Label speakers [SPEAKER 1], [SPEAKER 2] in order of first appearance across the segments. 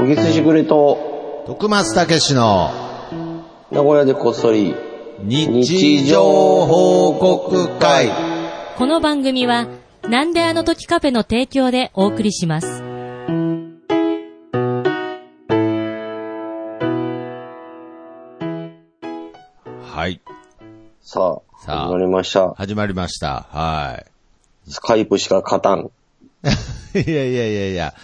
[SPEAKER 1] 研ぎすしぐれと、
[SPEAKER 2] 徳松たけしの
[SPEAKER 1] 名古屋でこっそり、
[SPEAKER 2] 日常報告会。
[SPEAKER 3] この番組は、なんであの時カフェの提供でお送りします。
[SPEAKER 2] はい。
[SPEAKER 1] さあ、
[SPEAKER 2] さあ
[SPEAKER 1] 始まりました。
[SPEAKER 2] 始まりました。は
[SPEAKER 1] スカイプしか勝たん。
[SPEAKER 2] い。いやいやいやいや、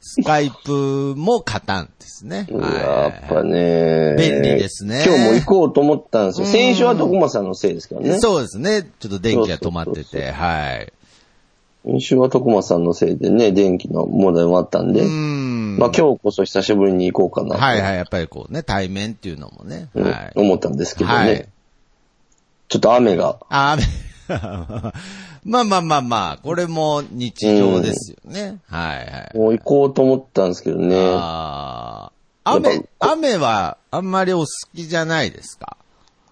[SPEAKER 2] スカイプも勝たんで すね。
[SPEAKER 1] や
[SPEAKER 2] は
[SPEAKER 1] っぱね。
[SPEAKER 2] 便利ですね
[SPEAKER 1] 今日も行こうと思ったんですよ。先週は徳間さんのせいですから
[SPEAKER 2] い。
[SPEAKER 1] ね。
[SPEAKER 2] そうですね。ちょっと電気が止まって
[SPEAKER 1] そうそうそう
[SPEAKER 2] て、はい。
[SPEAKER 1] 先週は徳間さんのせいでね、電気の問題もあったんで。
[SPEAKER 2] うん。
[SPEAKER 1] まあ今日こそ久しぶりに行こうかなと、
[SPEAKER 2] はいはい。やっぱりこうね、対面っていうのもね。
[SPEAKER 1] うん
[SPEAKER 2] はい。
[SPEAKER 1] 思ったんですけどね。
[SPEAKER 2] はい
[SPEAKER 1] ちょっと雨が。
[SPEAKER 2] あ、雨 まあまあまあまあ、これも日常ですよね。はいはい。
[SPEAKER 1] もう行こうと思ったんですけどね。
[SPEAKER 2] あー
[SPEAKER 1] やっ
[SPEAKER 2] 雨、雨はあんまりお好きじゃないですか。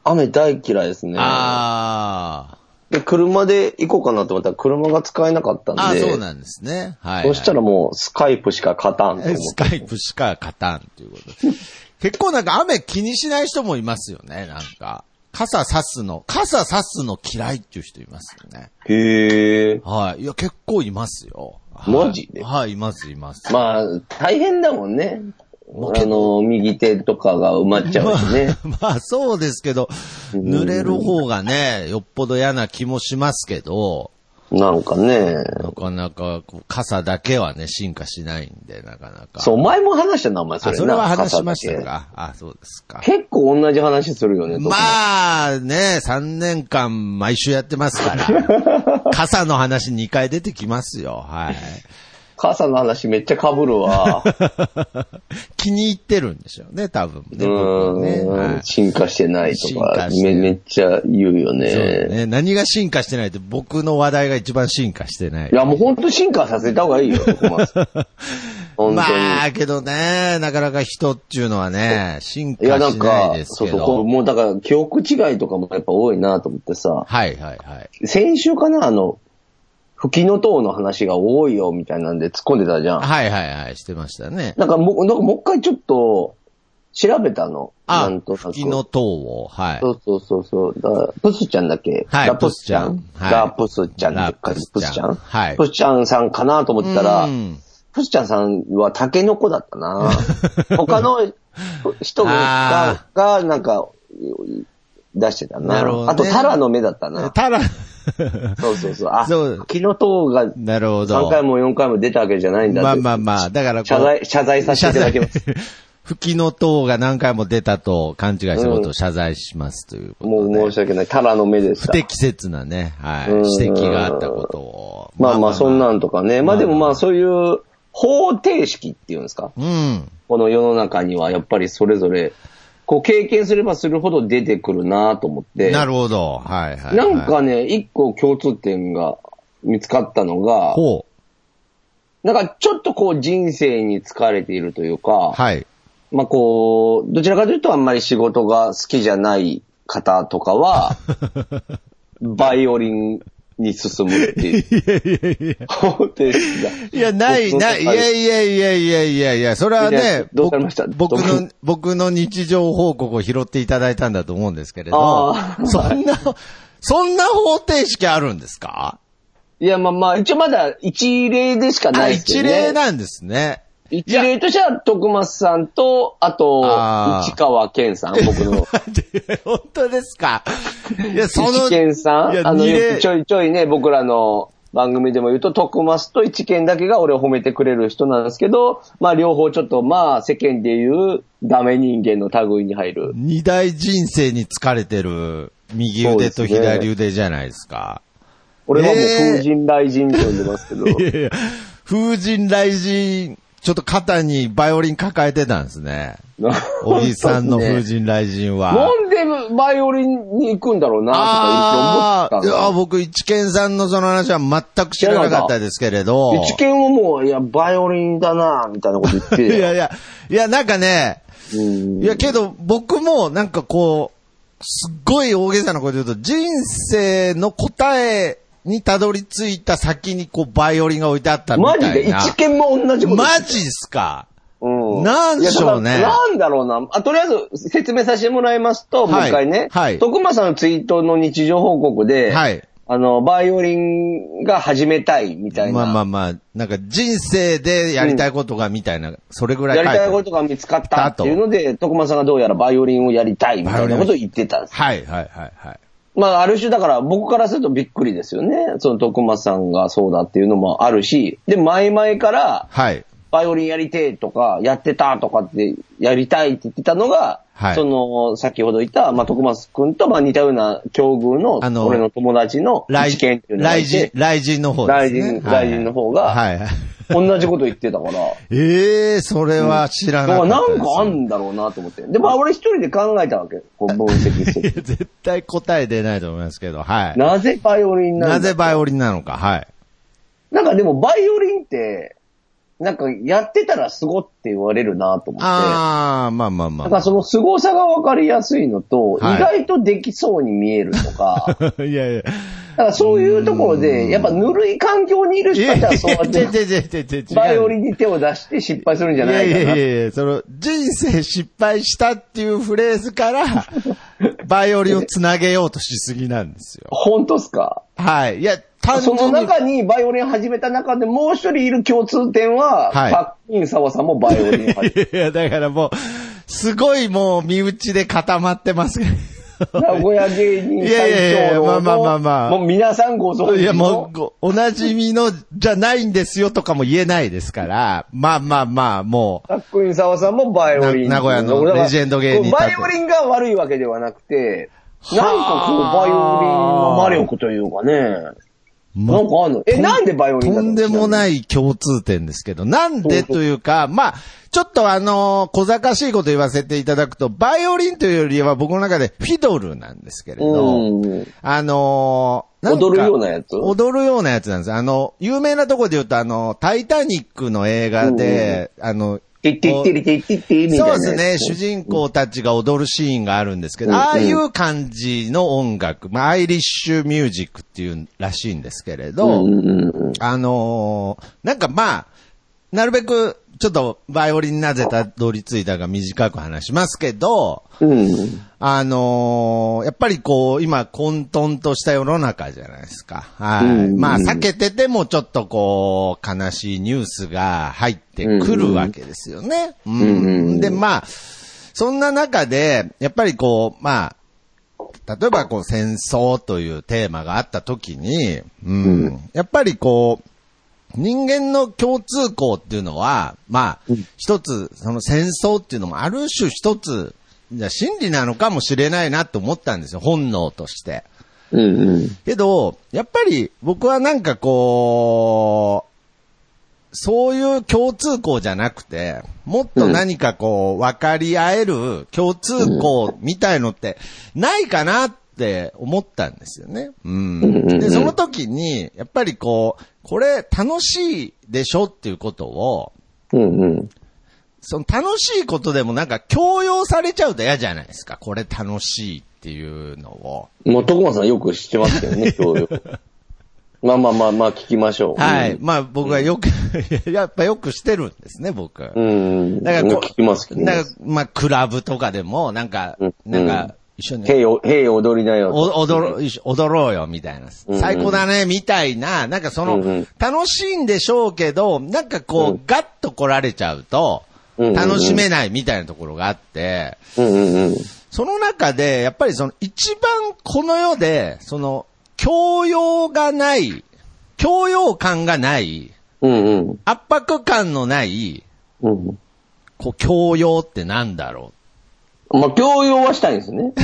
[SPEAKER 1] 雨大嫌いですね。
[SPEAKER 2] あ
[SPEAKER 1] で、車で行こうかなと思ったら車が使えなかったん
[SPEAKER 2] ー
[SPEAKER 1] で。
[SPEAKER 2] あー、そうなんですね。はい、はい。
[SPEAKER 1] そしたらもうスカイプしか勝たんと思
[SPEAKER 2] え、
[SPEAKER 1] っ
[SPEAKER 2] ス
[SPEAKER 1] て。
[SPEAKER 2] カイプしか勝たんっ ていうことで。結構なんか雨気にしない人もいますよね、なんか。傘差すの、傘差すの嫌いっていう人いますよね。
[SPEAKER 1] へえ。
[SPEAKER 2] はい。いや、結構いますよ。はい
[SPEAKER 1] マジで
[SPEAKER 2] はい、います、います。
[SPEAKER 1] まあ、大変だもんね。
[SPEAKER 2] もう
[SPEAKER 1] あの、右手とかが埋まっちゃうし ね。
[SPEAKER 2] まあそうですけど、濡れる方がね、よっぽど嫌な気もしますけど、
[SPEAKER 1] なんかね。
[SPEAKER 2] なかなかこう傘だけはね、進化しないんで、なかなか。
[SPEAKER 1] そう、お前も話したな、お前それ
[SPEAKER 2] あ、
[SPEAKER 1] な。
[SPEAKER 2] それは話しまし
[SPEAKER 1] 傘
[SPEAKER 2] た
[SPEAKER 1] だ
[SPEAKER 2] か。あ、そうですか。
[SPEAKER 1] け。結構同じ話するよね、あ。
[SPEAKER 2] まあね、3年間毎週やってま すから、傘の話2回出てきますよ。はい。
[SPEAKER 1] 傘の話めっちゃ被る わ。
[SPEAKER 2] 気に入ってるんでしょうね、多分
[SPEAKER 1] う
[SPEAKER 2] ね。僕はね
[SPEAKER 1] ー
[SPEAKER 2] は
[SPEAKER 1] ん。
[SPEAKER 2] い
[SPEAKER 1] 進化してないと
[SPEAKER 2] 進
[SPEAKER 1] か
[SPEAKER 2] 化、して
[SPEAKER 1] めめっちゃ言うよ
[SPEAKER 2] そう
[SPEAKER 1] ね。
[SPEAKER 2] ね。何が進化してないって僕の話題が一番進化してない
[SPEAKER 1] い。や、もうほんと進化させた方がいいよ、徳 松本当に。
[SPEAKER 2] まあ、けどね、なかなか人っていうのはね、進
[SPEAKER 1] いや、
[SPEAKER 2] 化
[SPEAKER 1] な
[SPEAKER 2] し
[SPEAKER 1] ん
[SPEAKER 2] な
[SPEAKER 1] か
[SPEAKER 2] いで、す
[SPEAKER 1] そう
[SPEAKER 2] け
[SPEAKER 1] そう、こう
[SPEAKER 2] ど。
[SPEAKER 1] もうだから、記憶違いとかもやっぱ多いなと思ってさ、
[SPEAKER 2] はいはいはい。
[SPEAKER 1] 先週かな、あの、吹きの塔の話が多いよ、みたいなんで突っ込んでたじゃん。
[SPEAKER 2] はいはいはい、してましたね。
[SPEAKER 1] なんかもう、なんかもう一回ちょっと、調べたの。
[SPEAKER 2] あ
[SPEAKER 1] なんと、なく
[SPEAKER 2] 吹きの塔を、はい。
[SPEAKER 1] そうそうそうそう。だからプスちゃんだっけ
[SPEAKER 2] はい
[SPEAKER 1] ラプスちゃん
[SPEAKER 2] プスちゃんはい
[SPEAKER 1] ラプスちゃんだっけ
[SPEAKER 2] ラプスちゃ
[SPEAKER 1] プ
[SPEAKER 2] ん
[SPEAKER 1] スちゃん
[SPEAKER 2] はい
[SPEAKER 1] プスちゃんさんかなと思ったら
[SPEAKER 2] う、ん
[SPEAKER 1] プスちゃんさんはタケノコだった な他の人が
[SPEAKER 2] あ、
[SPEAKER 1] がなんか、出してたな。
[SPEAKER 2] なるほどね
[SPEAKER 1] あと、タラの目だったな。
[SPEAKER 2] ただ、
[SPEAKER 1] そうそうそう。あ、
[SPEAKER 2] そう
[SPEAKER 1] 昨日党が3
[SPEAKER 2] なるほど。
[SPEAKER 1] 回も4回も出たわけじゃないんだ
[SPEAKER 2] まあ
[SPEAKER 1] って
[SPEAKER 2] まあまあ、だからこう
[SPEAKER 1] 謝罪、謝罪させていただきます。
[SPEAKER 2] 謝罪吹きの塔が何回も出たと勘違いしたことを謝罪しますということ
[SPEAKER 1] もう申し訳ない。タラの目でし
[SPEAKER 2] 不
[SPEAKER 1] た。
[SPEAKER 2] 適切なね、はい。
[SPEAKER 1] うん
[SPEAKER 2] 指摘があったことを。
[SPEAKER 1] まあまあ、そん
[SPEAKER 2] な。
[SPEAKER 1] なんとかね。まあでもまあ、そういう方程式っていうんですか。
[SPEAKER 2] うん。
[SPEAKER 1] この世の中にはやっぱりそれぞれ、こう経験すればするほど出てくるなと思って。
[SPEAKER 2] なるほど。はいはいはい。
[SPEAKER 1] なんかね、一個共通点が見つかったのが、
[SPEAKER 2] ほ
[SPEAKER 1] なんかちょっとこう人生に疲れているというか、
[SPEAKER 2] う。はい。
[SPEAKER 1] まあこう、どちらかというとあんまり仕事が好きじゃない方とか は、バイオリンに進むっていう。方程式が。
[SPEAKER 2] いや、ない、ない、いやいやいやいやいやいや、それはね、
[SPEAKER 1] どうされました
[SPEAKER 2] 僕僕
[SPEAKER 1] どう
[SPEAKER 2] の、僕の日常報告を拾っていただいたんだと思うんですけれど
[SPEAKER 1] あ、ー
[SPEAKER 2] そんな、そんな方程式あるんですか
[SPEAKER 1] いや、まあまあ、一応まだ一例でしかな
[SPEAKER 2] あ、
[SPEAKER 1] いです
[SPEAKER 2] 一
[SPEAKER 1] よね。
[SPEAKER 2] 例なんですね。
[SPEAKER 1] 一例としては、徳松さんと、あと
[SPEAKER 2] あ、ー
[SPEAKER 1] 市川健さん、僕の。
[SPEAKER 2] 本当ですかいや、その、
[SPEAKER 1] 市健さ
[SPEAKER 2] いや
[SPEAKER 1] ん、あの、
[SPEAKER 2] 二例
[SPEAKER 1] よくちょいちょいね、僕らの番組でも言うと、徳松と市健だけが俺を褒めてくれる人なんですけど、まあ両方ちょっと、まあ世間で言うダメ人間の類に入る。
[SPEAKER 2] 二大人生に疲れてる右腕と左腕じゃないですか。
[SPEAKER 1] 俺はもう
[SPEAKER 2] えー
[SPEAKER 1] 風神雷神って呼んでますけど。
[SPEAKER 2] いやいや、風神雷神、ちょっと肩にバイオリン抱えてたんですね。 おじさんの風神雷神は。
[SPEAKER 1] なんでバイオリンに行くんだろうな、とか
[SPEAKER 2] あ
[SPEAKER 1] 一応思っ
[SPEAKER 2] あ、い
[SPEAKER 1] たの
[SPEAKER 2] や、僕、一見さんのその話は全く知らなかったですけれど。
[SPEAKER 1] 一見はもう、いや、バイオリンだな、みたいなこと言っ
[SPEAKER 2] い
[SPEAKER 1] て。
[SPEAKER 2] やいや、いや、なんかね、
[SPEAKER 1] うん
[SPEAKER 2] いや、けど、僕も、なんかこう、すっごい大げさなこと言うと、人生の答えにたどり着いた先に、こう、バイオリンが置いてあったみ
[SPEAKER 1] マ
[SPEAKER 2] た
[SPEAKER 1] ジで
[SPEAKER 2] いな。
[SPEAKER 1] 一見も同じこと。
[SPEAKER 2] マジですか
[SPEAKER 1] ううん。
[SPEAKER 2] なんでしょうね
[SPEAKER 1] いやだからなんだろうな。あ、とりあえず説明させてもらいますと、もう一回ね。
[SPEAKER 2] はい
[SPEAKER 1] 徳間さんのツイートの日常報告で、
[SPEAKER 2] はい。
[SPEAKER 1] あの、バイオリンが始めたいみたいな。
[SPEAKER 2] まあまあまあ、なんか人生でやりたいことがみたいな、それぐらい
[SPEAKER 1] や
[SPEAKER 2] 書
[SPEAKER 1] り
[SPEAKER 2] いてあ
[SPEAKER 1] た
[SPEAKER 2] る
[SPEAKER 1] いことが見つかったっていうので、徳間さんがどうやらバイオリンをやりたいみたいなことを言ってたんです。
[SPEAKER 2] はいはいはいはい。
[SPEAKER 1] まあ、ある種だから僕からするとびっくりですよね。その徳間さんがそうだっていうのもあるし、で、前々から、
[SPEAKER 2] はい。
[SPEAKER 1] バイオリンやりてえとか、やってたとかって、やりたいって言ってたのが、
[SPEAKER 2] はい
[SPEAKER 1] その、先ほど言った、まあ、徳松くんと、まあ、似たような境遇の、
[SPEAKER 2] あの
[SPEAKER 1] 俺の友達の、
[SPEAKER 2] 来
[SPEAKER 1] 一見っていうのがい
[SPEAKER 2] 来人
[SPEAKER 1] て、、
[SPEAKER 2] 来人の方ですね。
[SPEAKER 1] 雷神雷神の方が
[SPEAKER 2] はい はい。
[SPEAKER 1] 同じこと言ってた から、
[SPEAKER 2] ええそれは知ら
[SPEAKER 1] だ
[SPEAKER 2] な
[SPEAKER 1] か
[SPEAKER 2] かっ
[SPEAKER 1] ら
[SPEAKER 2] た
[SPEAKER 1] な
[SPEAKER 2] です
[SPEAKER 1] んかあんだろうなと思って。で、まあ、俺一人で考えたわけ。こ う、分析し
[SPEAKER 2] いや
[SPEAKER 1] て。
[SPEAKER 2] 絶対答え出ないと思いますけど、はい。
[SPEAKER 1] なぜバイオリンな
[SPEAKER 2] なん
[SPEAKER 1] だ
[SPEAKER 2] ぜバイオリンなのか、はい。
[SPEAKER 1] なんかでも、バイオリンって、なんか、やってたらすごって言われるなと思って。
[SPEAKER 2] あー、まあまあま
[SPEAKER 1] なんかその凄さが分かりやすいのと、
[SPEAKER 2] はい
[SPEAKER 1] 意外とできそうに見えると か、
[SPEAKER 2] あ。いやいや。
[SPEAKER 1] だからそういうところで、やっぱぬるい環境にいる
[SPEAKER 2] い
[SPEAKER 1] 人
[SPEAKER 2] や
[SPEAKER 1] た
[SPEAKER 2] い
[SPEAKER 1] ち
[SPEAKER 2] や
[SPEAKER 1] はそうやっ
[SPEAKER 2] い
[SPEAKER 1] て、
[SPEAKER 2] やいやいやいや違う
[SPEAKER 1] バイオリンに手を出して失敗するんじゃない
[SPEAKER 2] い
[SPEAKER 1] か
[SPEAKER 2] やいや
[SPEAKER 1] な。
[SPEAKER 2] いやいや、その、人生失敗したっていうフレーズ から、バイオリンをつなげようとしすぎなんですよ。
[SPEAKER 1] 本当っすか
[SPEAKER 2] はい。いや、単
[SPEAKER 1] そ
[SPEAKER 2] 純に。
[SPEAKER 1] の中にバイオリン始めた中でもう一人いる共通点は、
[SPEAKER 2] はい
[SPEAKER 1] パッキン沢さんもバイオリ ン始め
[SPEAKER 2] いや、だからもう、すごいもう身内で固まってますけ
[SPEAKER 1] た。名古屋芸人
[SPEAKER 2] いやいやいや
[SPEAKER 1] 最長老の
[SPEAKER 2] まあまあまあまあ
[SPEAKER 1] もう皆さんご
[SPEAKER 2] ど。
[SPEAKER 1] 存
[SPEAKER 2] い
[SPEAKER 1] 知
[SPEAKER 2] や、も
[SPEAKER 1] の
[SPEAKER 2] う、ごお馴染みの、じゃないんですよとかも言えないですから、まあまあまあ、もう、
[SPEAKER 1] パックイン沢さんもバイオリン。
[SPEAKER 2] な名古屋のレジェンド芸人
[SPEAKER 1] だからこうバイオリンが悪いわけではなくて、なんかこう、バイオリンの魔力というかね。
[SPEAKER 2] ま
[SPEAKER 1] なんかあんのえ、なんでバイオリン。
[SPEAKER 2] とんでもないい共通点ですけど、なん
[SPEAKER 1] そう
[SPEAKER 2] で
[SPEAKER 1] そう
[SPEAKER 2] というか、まあ、ちょっとあの、小賢しいこと言わせていただくと、バイオリンというよりは僕の中でフィドルなんですけれど、
[SPEAKER 1] うん。
[SPEAKER 2] あのーなんか
[SPEAKER 1] 踊るようなやつ
[SPEAKER 2] 踊るようなやつなんです。あの、有名なとこで言うと、あの、タイタニックの映画で、あの、
[SPEAKER 1] てってってりてってってみたいな
[SPEAKER 2] そう
[SPEAKER 1] や
[SPEAKER 2] で
[SPEAKER 1] つ。
[SPEAKER 2] すね。主人公たちが踊るシーンがあるんですけど、
[SPEAKER 1] うん
[SPEAKER 2] ああいう感じの音楽、まあ、アイリッシュミュージックっていうらしいんですけれど、
[SPEAKER 1] うんうんうん。
[SPEAKER 2] あのーなんかまあ、なるべく、ちょっとバイオリンなぜたどり着いたか短く話しますけど、
[SPEAKER 1] うん。
[SPEAKER 2] あのーやっぱりこう、今混沌とした世の中じゃないですか。はい。
[SPEAKER 1] うん
[SPEAKER 2] まあ、避けててもちょっとこう、悲しいニュースが入ってくるわけですよね。うん
[SPEAKER 1] うん
[SPEAKER 2] で、まあ、そんな中で、やっぱりこう、まあ、例えばこう戦争というテーマがあった時に、うん、やっぱりこう、人間の共通項っていうのは、まあ、一つ、その戦争っていうのもある種一つ、じゃあ真理なのかもしれないなと思ったんですよ、本能として。
[SPEAKER 1] うんうん。
[SPEAKER 2] けど、やっぱり僕はなんかこう、そういう共通項じゃなくて、もっと何かこう、分かり合える共通項みたいのってないかなって思ったんですよね。うん。で、その時に、やっぱりこう、これ楽しいでしょっていうことを、
[SPEAKER 1] うんうん。
[SPEAKER 2] その楽しいことでもなんか強要されちゃうと嫌じゃないですか。これ楽しいっていうのを。
[SPEAKER 1] もう、徳間さんよく知ってますけど ね、教養。まあまあまあまあ、聞きましょう。
[SPEAKER 2] はい。。まあ僕はよく、 やっぱよくしてるんですね、僕。
[SPEAKER 1] うん。
[SPEAKER 2] だからこう
[SPEAKER 1] 聞きます、聞きま
[SPEAKER 2] なんか
[SPEAKER 1] す。、
[SPEAKER 2] まあクラブとかでも、なんか
[SPEAKER 1] うん、
[SPEAKER 2] なんか、一緒に。
[SPEAKER 1] へいお、へい踊りなよ。
[SPEAKER 2] お踊ろう、一緒踊ろうよ、みたいな。
[SPEAKER 1] うん
[SPEAKER 2] 最高だね、みたいな。なんかそ
[SPEAKER 1] うんう
[SPEAKER 2] の
[SPEAKER 1] ん、
[SPEAKER 2] 楽しいんでしょうけど、なんか
[SPEAKER 1] う、
[SPEAKER 2] こうんガッと来られちゃうと、
[SPEAKER 1] うんうんうん
[SPEAKER 2] 楽しめないみたいなところがあって、
[SPEAKER 1] うんうんうん。
[SPEAKER 2] その中で、やっぱりその一番この世で、その、教養がない、教養感がない、
[SPEAKER 1] うんうん。
[SPEAKER 2] 圧迫感のない、
[SPEAKER 1] うん。
[SPEAKER 2] こう、教養ってなんだろ
[SPEAKER 1] まあ、教養はしたいんですね。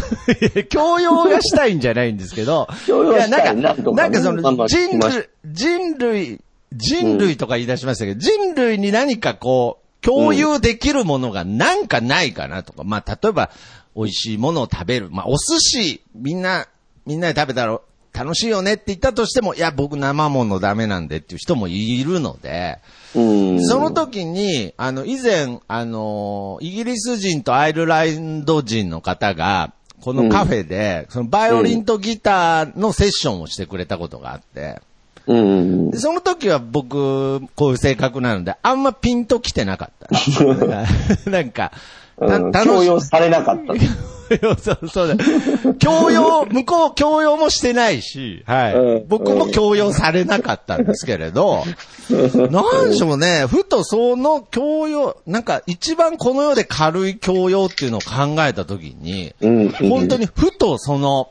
[SPEAKER 2] う。教養がしたいんじゃないんですけど。
[SPEAKER 1] 教養はしたい
[SPEAKER 2] やなん
[SPEAKER 1] なん
[SPEAKER 2] か、
[SPEAKER 1] とかね
[SPEAKER 2] なんかそ
[SPEAKER 1] まあま
[SPEAKER 2] の、
[SPEAKER 1] あ
[SPEAKER 2] 人
[SPEAKER 1] 聞きまし
[SPEAKER 2] 類、人類、人類とか言い出しましたけど、人類に何かこう、共有できるものがなんかないかなとか、まあ、例えば、美味しいものを食べる。まあ、お寿司、みんな、みんなで食べたら楽しいよねって言ったとしても、いや、僕生ものダメなんでっていう人もいるので、
[SPEAKER 1] うん。
[SPEAKER 2] その時に、あの、以前、あの、イギリス人とアイルランド人の方が、このカフェで、そのバイオリンとギターのセッションをしてくれたことがあって、
[SPEAKER 1] うんうんうん
[SPEAKER 2] で。その時は僕、こういう性格なので、あんまピンときてなか った。なんか、た
[SPEAKER 1] うん
[SPEAKER 2] 楽し
[SPEAKER 1] 強要されなかった。
[SPEAKER 2] そうそうだ。強要、向こう強要もしてないし、はい。
[SPEAKER 1] うん
[SPEAKER 2] 僕も強要されなかったんですけれど、なんでしょうね、ふとその強要、なんか一番この世で軽い強要っていうのを考えたときに、
[SPEAKER 1] うん。
[SPEAKER 2] 本当にふとその、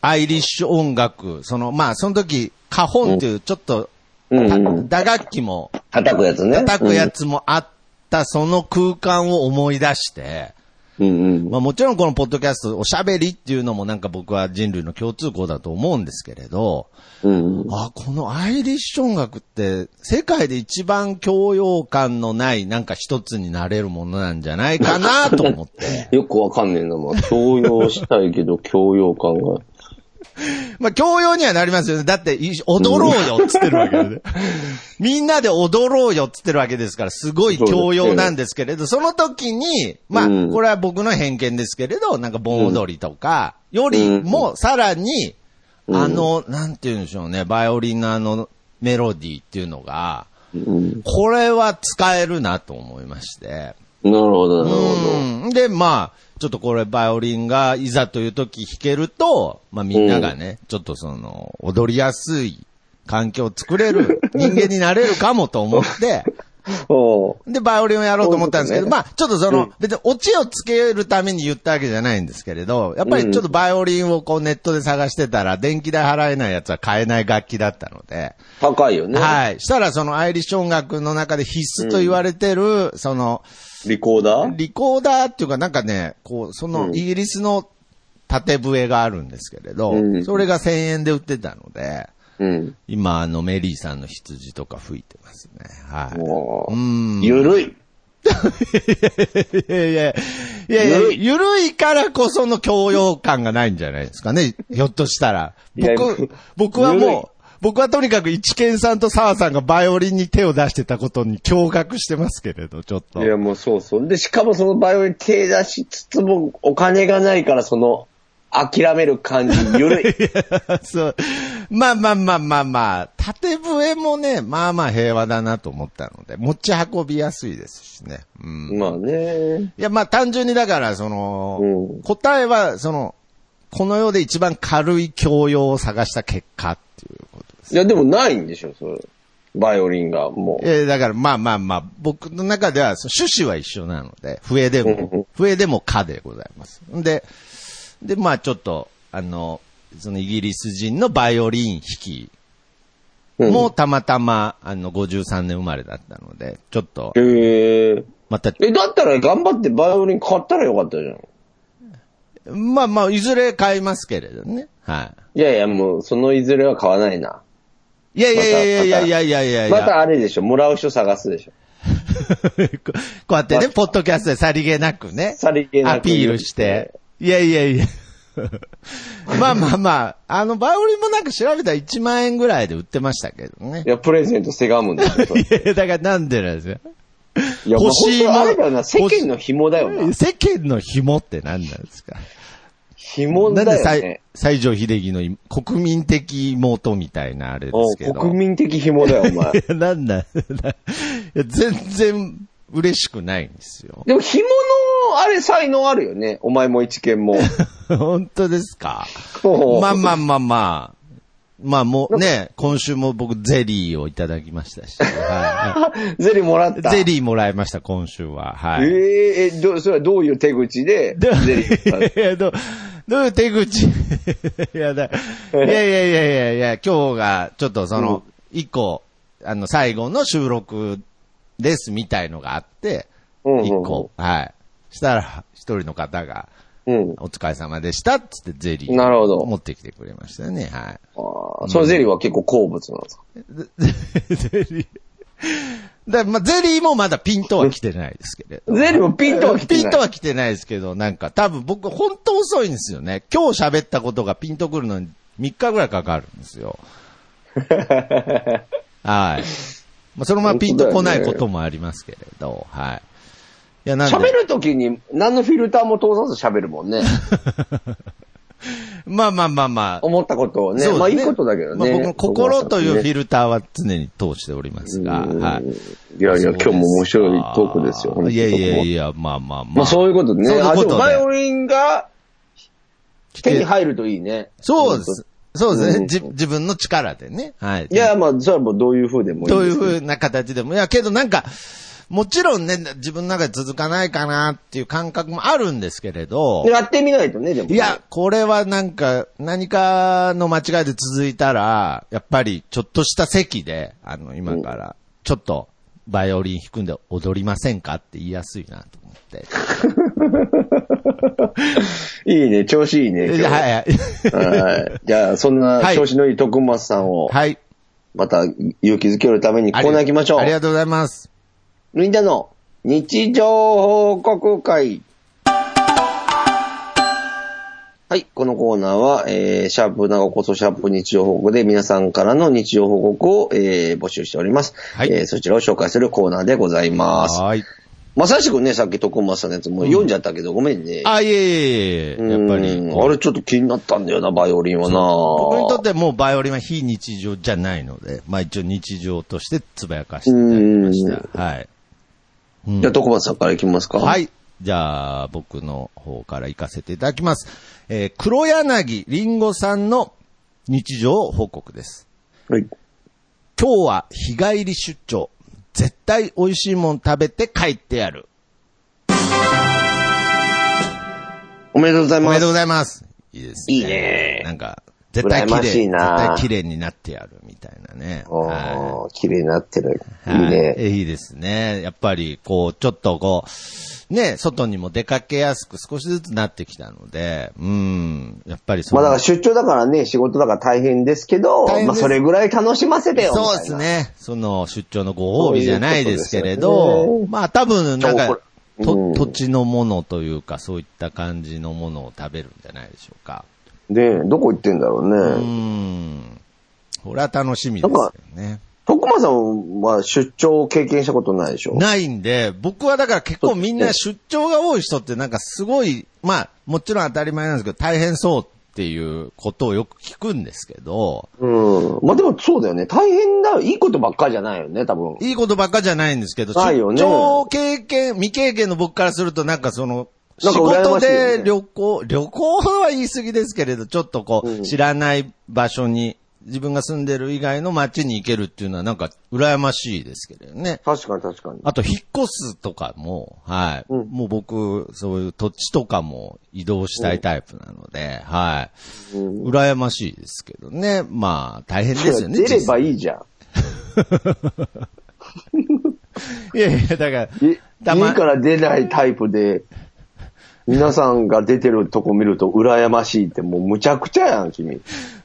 [SPEAKER 2] アイリッシュ音楽、その、まあ、その時、カホンっていうちょっと、
[SPEAKER 1] うんうんうん
[SPEAKER 2] 打楽器も
[SPEAKER 1] 叩くやつね。
[SPEAKER 2] 叩くやつもあった、その空間を思い出して、
[SPEAKER 1] うんうん。
[SPEAKER 2] まあもちろんこのポッドキャスト、おしゃべりっていうのもなんか僕は人類の共通項だと思うんですけれど、
[SPEAKER 1] うんうん。
[SPEAKER 2] あ、このアイリッシュ音楽って世界で一番教養感のないなんか一つになれるものなんじゃないかなと思って。
[SPEAKER 1] よくわかんねえな、まあ。強要したいけ ど、強要感が。
[SPEAKER 2] まあ教養にはなりますよね。だってい踊ろうよっつってるわけで。 みんなで踊ろうよっつってるわけですから、すごい教養なんですけれど、その時に、まあ
[SPEAKER 1] うん
[SPEAKER 2] これは僕の偏見ですけれど、なんか盆踊りとか、よりもさらに、
[SPEAKER 1] うん
[SPEAKER 2] あの、なんて言うんでしょうね、バイオリンのあのメロディーっていうのが、
[SPEAKER 1] うん。
[SPEAKER 2] これは使えるなと思いまして。
[SPEAKER 1] なるほど、なる
[SPEAKER 2] うん。で、まあ、ちょっとこれバイオリンがいざという時弾けると、まあみんながね、ちょっとその、踊りやすい環境を作 れる人間になれるかもと思って、
[SPEAKER 1] ほど。おう
[SPEAKER 2] で、バイオリンをやろうと思ったんですけど、
[SPEAKER 1] そういう
[SPEAKER 2] ま
[SPEAKER 1] こ
[SPEAKER 2] あ、ちょっとその、
[SPEAKER 1] うん
[SPEAKER 2] 別にオチをつけるために言ったわけじゃないんですけれど、やっぱりちょっとバイオリンをこうネットで探してたら、電気代払えないやつは買えない楽器だったので、
[SPEAKER 1] 高いよね。
[SPEAKER 2] はい。したらそのアイリッシュ音楽の中で必須と言われてる、その、
[SPEAKER 1] リコーダー
[SPEAKER 2] リコーダーっていうかなんかね、こう、その
[SPEAKER 1] うん
[SPEAKER 2] イギリスの縦笛があるんですけれど、
[SPEAKER 1] うん
[SPEAKER 2] それが1000円で売ってたので、
[SPEAKER 1] うん。
[SPEAKER 2] 今あのメリーさんの羊とか吹いてますね。はい。
[SPEAKER 1] も
[SPEAKER 2] う
[SPEAKER 1] う、
[SPEAKER 2] ん。
[SPEAKER 1] ゆるい。
[SPEAKER 2] いやいや、いやいや
[SPEAKER 1] ゆるい
[SPEAKER 2] ゆるいからこその教養感がないんじゃないですかね。ひょっとしたら。
[SPEAKER 1] いや
[SPEAKER 2] 僕、僕は
[SPEAKER 1] ゆるい
[SPEAKER 2] もう、僕はとにかく一見さんと沢さんがバイオリンに手を出してたことに驚愕してますけれど、ちょっと。
[SPEAKER 1] いや、もうそうそう。で、しかもそのバイオリン手出しつつも、お金がないから、その、諦める感じ、ゆるい。
[SPEAKER 2] そう。まあまあまあまあまあ、縦笛もね、まあまあ平和だなと思ったので、持ち運びやすいですしね。 うん。
[SPEAKER 1] まあね。
[SPEAKER 2] いやまあ単純にだから、その、
[SPEAKER 1] うん
[SPEAKER 2] 答えは、その、この世で一番軽い教養を探した結果っていうことです。
[SPEAKER 1] いや、でもないんでしょ、それ。バイオリンが、もう。
[SPEAKER 2] えーだからまあまあまあ、僕の中ではその趣旨は一緒なので、笛で
[SPEAKER 1] うんう
[SPEAKER 2] も
[SPEAKER 1] ん、
[SPEAKER 2] 笛でもかでございます。んで、でまあちょっと、あの、そのイギリス人のバイオリン弾き
[SPEAKER 1] うん
[SPEAKER 2] もうたまたま、あの、53年生まれだったので、ちょっと、
[SPEAKER 1] へえ。
[SPEAKER 2] また、
[SPEAKER 1] え、だったら頑張ってバイオリン買ったらよかったじゃん。
[SPEAKER 2] まあまあ、いずれ買いますけれどね。はい
[SPEAKER 1] やいや、もう、そのいずれは買わないな。
[SPEAKER 2] い。いやいやいやいやいやいやいやいやいや。
[SPEAKER 1] またあれでしょ、もらう人探すでしょ。
[SPEAKER 2] こうやってね、ポッドキャストでさりげなくね。
[SPEAKER 1] さりげなく
[SPEAKER 2] アピールして。いやいや いや。まあまあまあ、あの、バイオリンもなんか調べたら1万円ぐらいで売ってましたけどね
[SPEAKER 1] い。や、プレゼントせがむんでしょ、それ。い
[SPEAKER 2] いや、だからなんでなんですよ。
[SPEAKER 1] や、もう
[SPEAKER 2] 欲しい
[SPEAKER 1] 本
[SPEAKER 2] もの
[SPEAKER 1] 当あれだよな、世間の紐だよな。
[SPEAKER 2] 世間の紐って何なんですか
[SPEAKER 1] 紐
[SPEAKER 2] なんで
[SPEAKER 1] だ
[SPEAKER 2] 西
[SPEAKER 1] よね。
[SPEAKER 2] 西城秀樹の国民的妹みたいなあれで
[SPEAKER 1] おう
[SPEAKER 2] すけど。
[SPEAKER 1] 国民的紐だよ、お前。
[SPEAKER 2] いや、なんなん いや全然嬉しくないんですよ。
[SPEAKER 1] でも紐の、あれ、才能あるよね。お前も一見も。
[SPEAKER 2] 本当ですか
[SPEAKER 1] おう
[SPEAKER 2] まあまあまあまあ。まあもうね、今週も僕ゼリーをいただきましたし。は
[SPEAKER 1] ゼリーもらっ
[SPEAKER 2] い
[SPEAKER 1] た。
[SPEAKER 2] ゼリーもらいました、今週は。はい。
[SPEAKER 1] えええ、ど、それはどういう手口で、ゼ
[SPEAKER 2] で
[SPEAKER 1] リー もらっ
[SPEAKER 2] いや、どう、どういう手口 いやだ、いやいやいやいやいや、今日がちょっとその、一個、あの、最後の収録ですみたいのがあって、
[SPEAKER 1] うんうんうん
[SPEAKER 2] 一個、はい。したら、一人の方が、
[SPEAKER 1] たうん。
[SPEAKER 2] お疲れ様でしたっつってゼリー。
[SPEAKER 1] なるほど
[SPEAKER 2] 持ってきてくれましたね、はい。
[SPEAKER 1] あーそのゼリーは結構好物なんですか
[SPEAKER 2] ゼリー。だまあ、ゼリーもまだピントは来てないですけれど。
[SPEAKER 1] ゼリーもピントは来てない。
[SPEAKER 2] ピントは来てないですけど、なんか多分僕本当遅いんですよね。今日喋ったことがピンとくるのに3日ぐらいかかるんです よ。はい。まあ、そのままピンとこないこともありますけれど、はい。いや、なんで
[SPEAKER 1] 喋るときに何のフィルターも通さず喋るもんね。
[SPEAKER 2] まあまあまあまあ。
[SPEAKER 1] 思ったことをね。
[SPEAKER 2] そうです
[SPEAKER 1] まあいいことだけどね。
[SPEAKER 2] まあ僕も心というフィ
[SPEAKER 1] ル
[SPEAKER 2] ルターは常に通しておりますが、はい。
[SPEAKER 1] い。いやいや、今日も面白いトークですよ、本当に
[SPEAKER 2] いやいやいや、まあまあまあ。
[SPEAKER 1] まあそういうことね。
[SPEAKER 2] そういう
[SPEAKER 1] あ、
[SPEAKER 2] こ
[SPEAKER 1] で
[SPEAKER 2] とで
[SPEAKER 1] もバイオリンが手に入るといいね。
[SPEAKER 2] そうです。そうですね、
[SPEAKER 1] うん
[SPEAKER 2] じ。自分の力でね。はい。
[SPEAKER 1] いや、まあ、それはもうどういう風でもいいん
[SPEAKER 2] どうい
[SPEAKER 1] で
[SPEAKER 2] う
[SPEAKER 1] すけど。
[SPEAKER 2] 風な形でも。いや、けどなんか、もちろんね、自分の中で続かないかなっていう感覚もあるんですけれど、
[SPEAKER 1] やってみないとね、でもね。
[SPEAKER 2] いや、これはなんか、何かの間違いで続いたら、やっぱりちょっとした席で、あの、今から、ちょっと、バイオリン弾くんで踊りませんかって言いやすいなと思って。
[SPEAKER 1] いいね、調子いいね、今
[SPEAKER 2] い
[SPEAKER 1] 日
[SPEAKER 2] や はいはい。
[SPEAKER 1] はい。じゃあ、そん
[SPEAKER 2] は
[SPEAKER 1] ない調子のいい徳松さんを、
[SPEAKER 2] はい。
[SPEAKER 1] また勇気づけるためにコーナー行きましょう
[SPEAKER 2] あ。りがとうございます。
[SPEAKER 1] みんなの日常報告会。はい。このコーナーは、えー、シャープなおこそシャープ日常報告で皆さんからの日常報告を、えー募集しております。
[SPEAKER 2] はい
[SPEAKER 1] えーそちらを紹介するコーナーでございます。
[SPEAKER 2] はい。
[SPEAKER 1] まさしくんね、さっき徳松さんのやつもう読んじゃったけど、ごめんね。
[SPEAKER 2] あ、いえいえいえ、やっぱり
[SPEAKER 1] う
[SPEAKER 2] こ
[SPEAKER 1] ん
[SPEAKER 2] う。
[SPEAKER 1] あれちょっと気になったんだよな、バイオリンはな。
[SPEAKER 2] 僕にとってもうバイオリンは非日常じゃないので、まあ一応日常としてつぶやかしていただきました。はい。
[SPEAKER 1] じゃあ、徳松さんからいきますか。
[SPEAKER 2] はい。じゃあ、僕の方から行かせていただきます。えー黒柳りんごさんの日常報告です。
[SPEAKER 1] はい。
[SPEAKER 2] 今日は日帰り出張。絶対美味しいもん食べて帰ってやる。
[SPEAKER 1] おめでとうござい
[SPEAKER 2] おめ
[SPEAKER 1] ま
[SPEAKER 2] でと
[SPEAKER 1] す。
[SPEAKER 2] うございます。いいですね。
[SPEAKER 1] いいね
[SPEAKER 2] なんか、絶対綺麗、
[SPEAKER 1] 羨ましい
[SPEAKER 2] 絶
[SPEAKER 1] な
[SPEAKER 2] 対綺麗になってやるみたいなね。
[SPEAKER 1] お
[SPEAKER 2] はい
[SPEAKER 1] ー、綺麗になってる。いい
[SPEAKER 2] はい
[SPEAKER 1] ね。
[SPEAKER 2] えいいですね。やっぱり、こう、ちょっとこう、ね、外にも出かけやすく少しずつなってきたので、うん、やっぱりそ
[SPEAKER 1] まあ
[SPEAKER 2] の
[SPEAKER 1] だから出張だからね、仕事だから大変ですけど、
[SPEAKER 2] 大変です
[SPEAKER 1] まあそれぐらい楽しませてよ。
[SPEAKER 2] そうです
[SPEAKER 1] みたいな。
[SPEAKER 2] ね。その出張のご褒美じゃないですけれど、
[SPEAKER 1] そういうことですよね
[SPEAKER 2] まあ多分、なん
[SPEAKER 1] そう
[SPEAKER 2] か
[SPEAKER 1] こ、れ
[SPEAKER 2] と
[SPEAKER 1] うん
[SPEAKER 2] 土地のものというか、そういった感じのものを食べるんじゃないでしょうか。
[SPEAKER 1] で、どこ行ってんだろう
[SPEAKER 2] う
[SPEAKER 1] ね。
[SPEAKER 2] ん。これは楽しみですよね。
[SPEAKER 1] 徳間さんは出張を経験したことないでしょ
[SPEAKER 2] ないんで、僕はだから結構みんな出張が多い人ってなんかすごい、まあ、もちろん当たり前なんですけど、大変そうっていうことをよく聞くんですけど、
[SPEAKER 1] うん。まあでもそうだよね。大変だよ。いいことばっかじゃないよね、多分。
[SPEAKER 2] いいことばっかじゃないんですけど、
[SPEAKER 1] ないよね
[SPEAKER 2] 出張経験、未経験の僕からするとなんかその、
[SPEAKER 1] な
[SPEAKER 2] 仕
[SPEAKER 1] んか羨
[SPEAKER 2] 事
[SPEAKER 1] ましいよね
[SPEAKER 2] で旅行、旅行は言い過ぎですけれど、ちょっとこう、知らない場所に、自分が住んでる以外の街に行けるっていうのはなんか羨ましいですけれどね。
[SPEAKER 1] 確かに確かに。
[SPEAKER 2] あと、引っ越すとかも、はい。
[SPEAKER 1] うん
[SPEAKER 2] もう僕、そういう土地とかも移動したいタイプなので、はい。
[SPEAKER 1] うん
[SPEAKER 2] 羨ましいですけどね。まあ、大変ですよね。
[SPEAKER 1] 出れば
[SPEAKER 2] い
[SPEAKER 1] いいじゃん。
[SPEAKER 2] いやいや、だから、
[SPEAKER 1] い
[SPEAKER 2] たま
[SPEAKER 1] 家から出ないタイプで、皆さんが出てるとこ見ると羨ましいって、もうむちゃくちゃやん、君。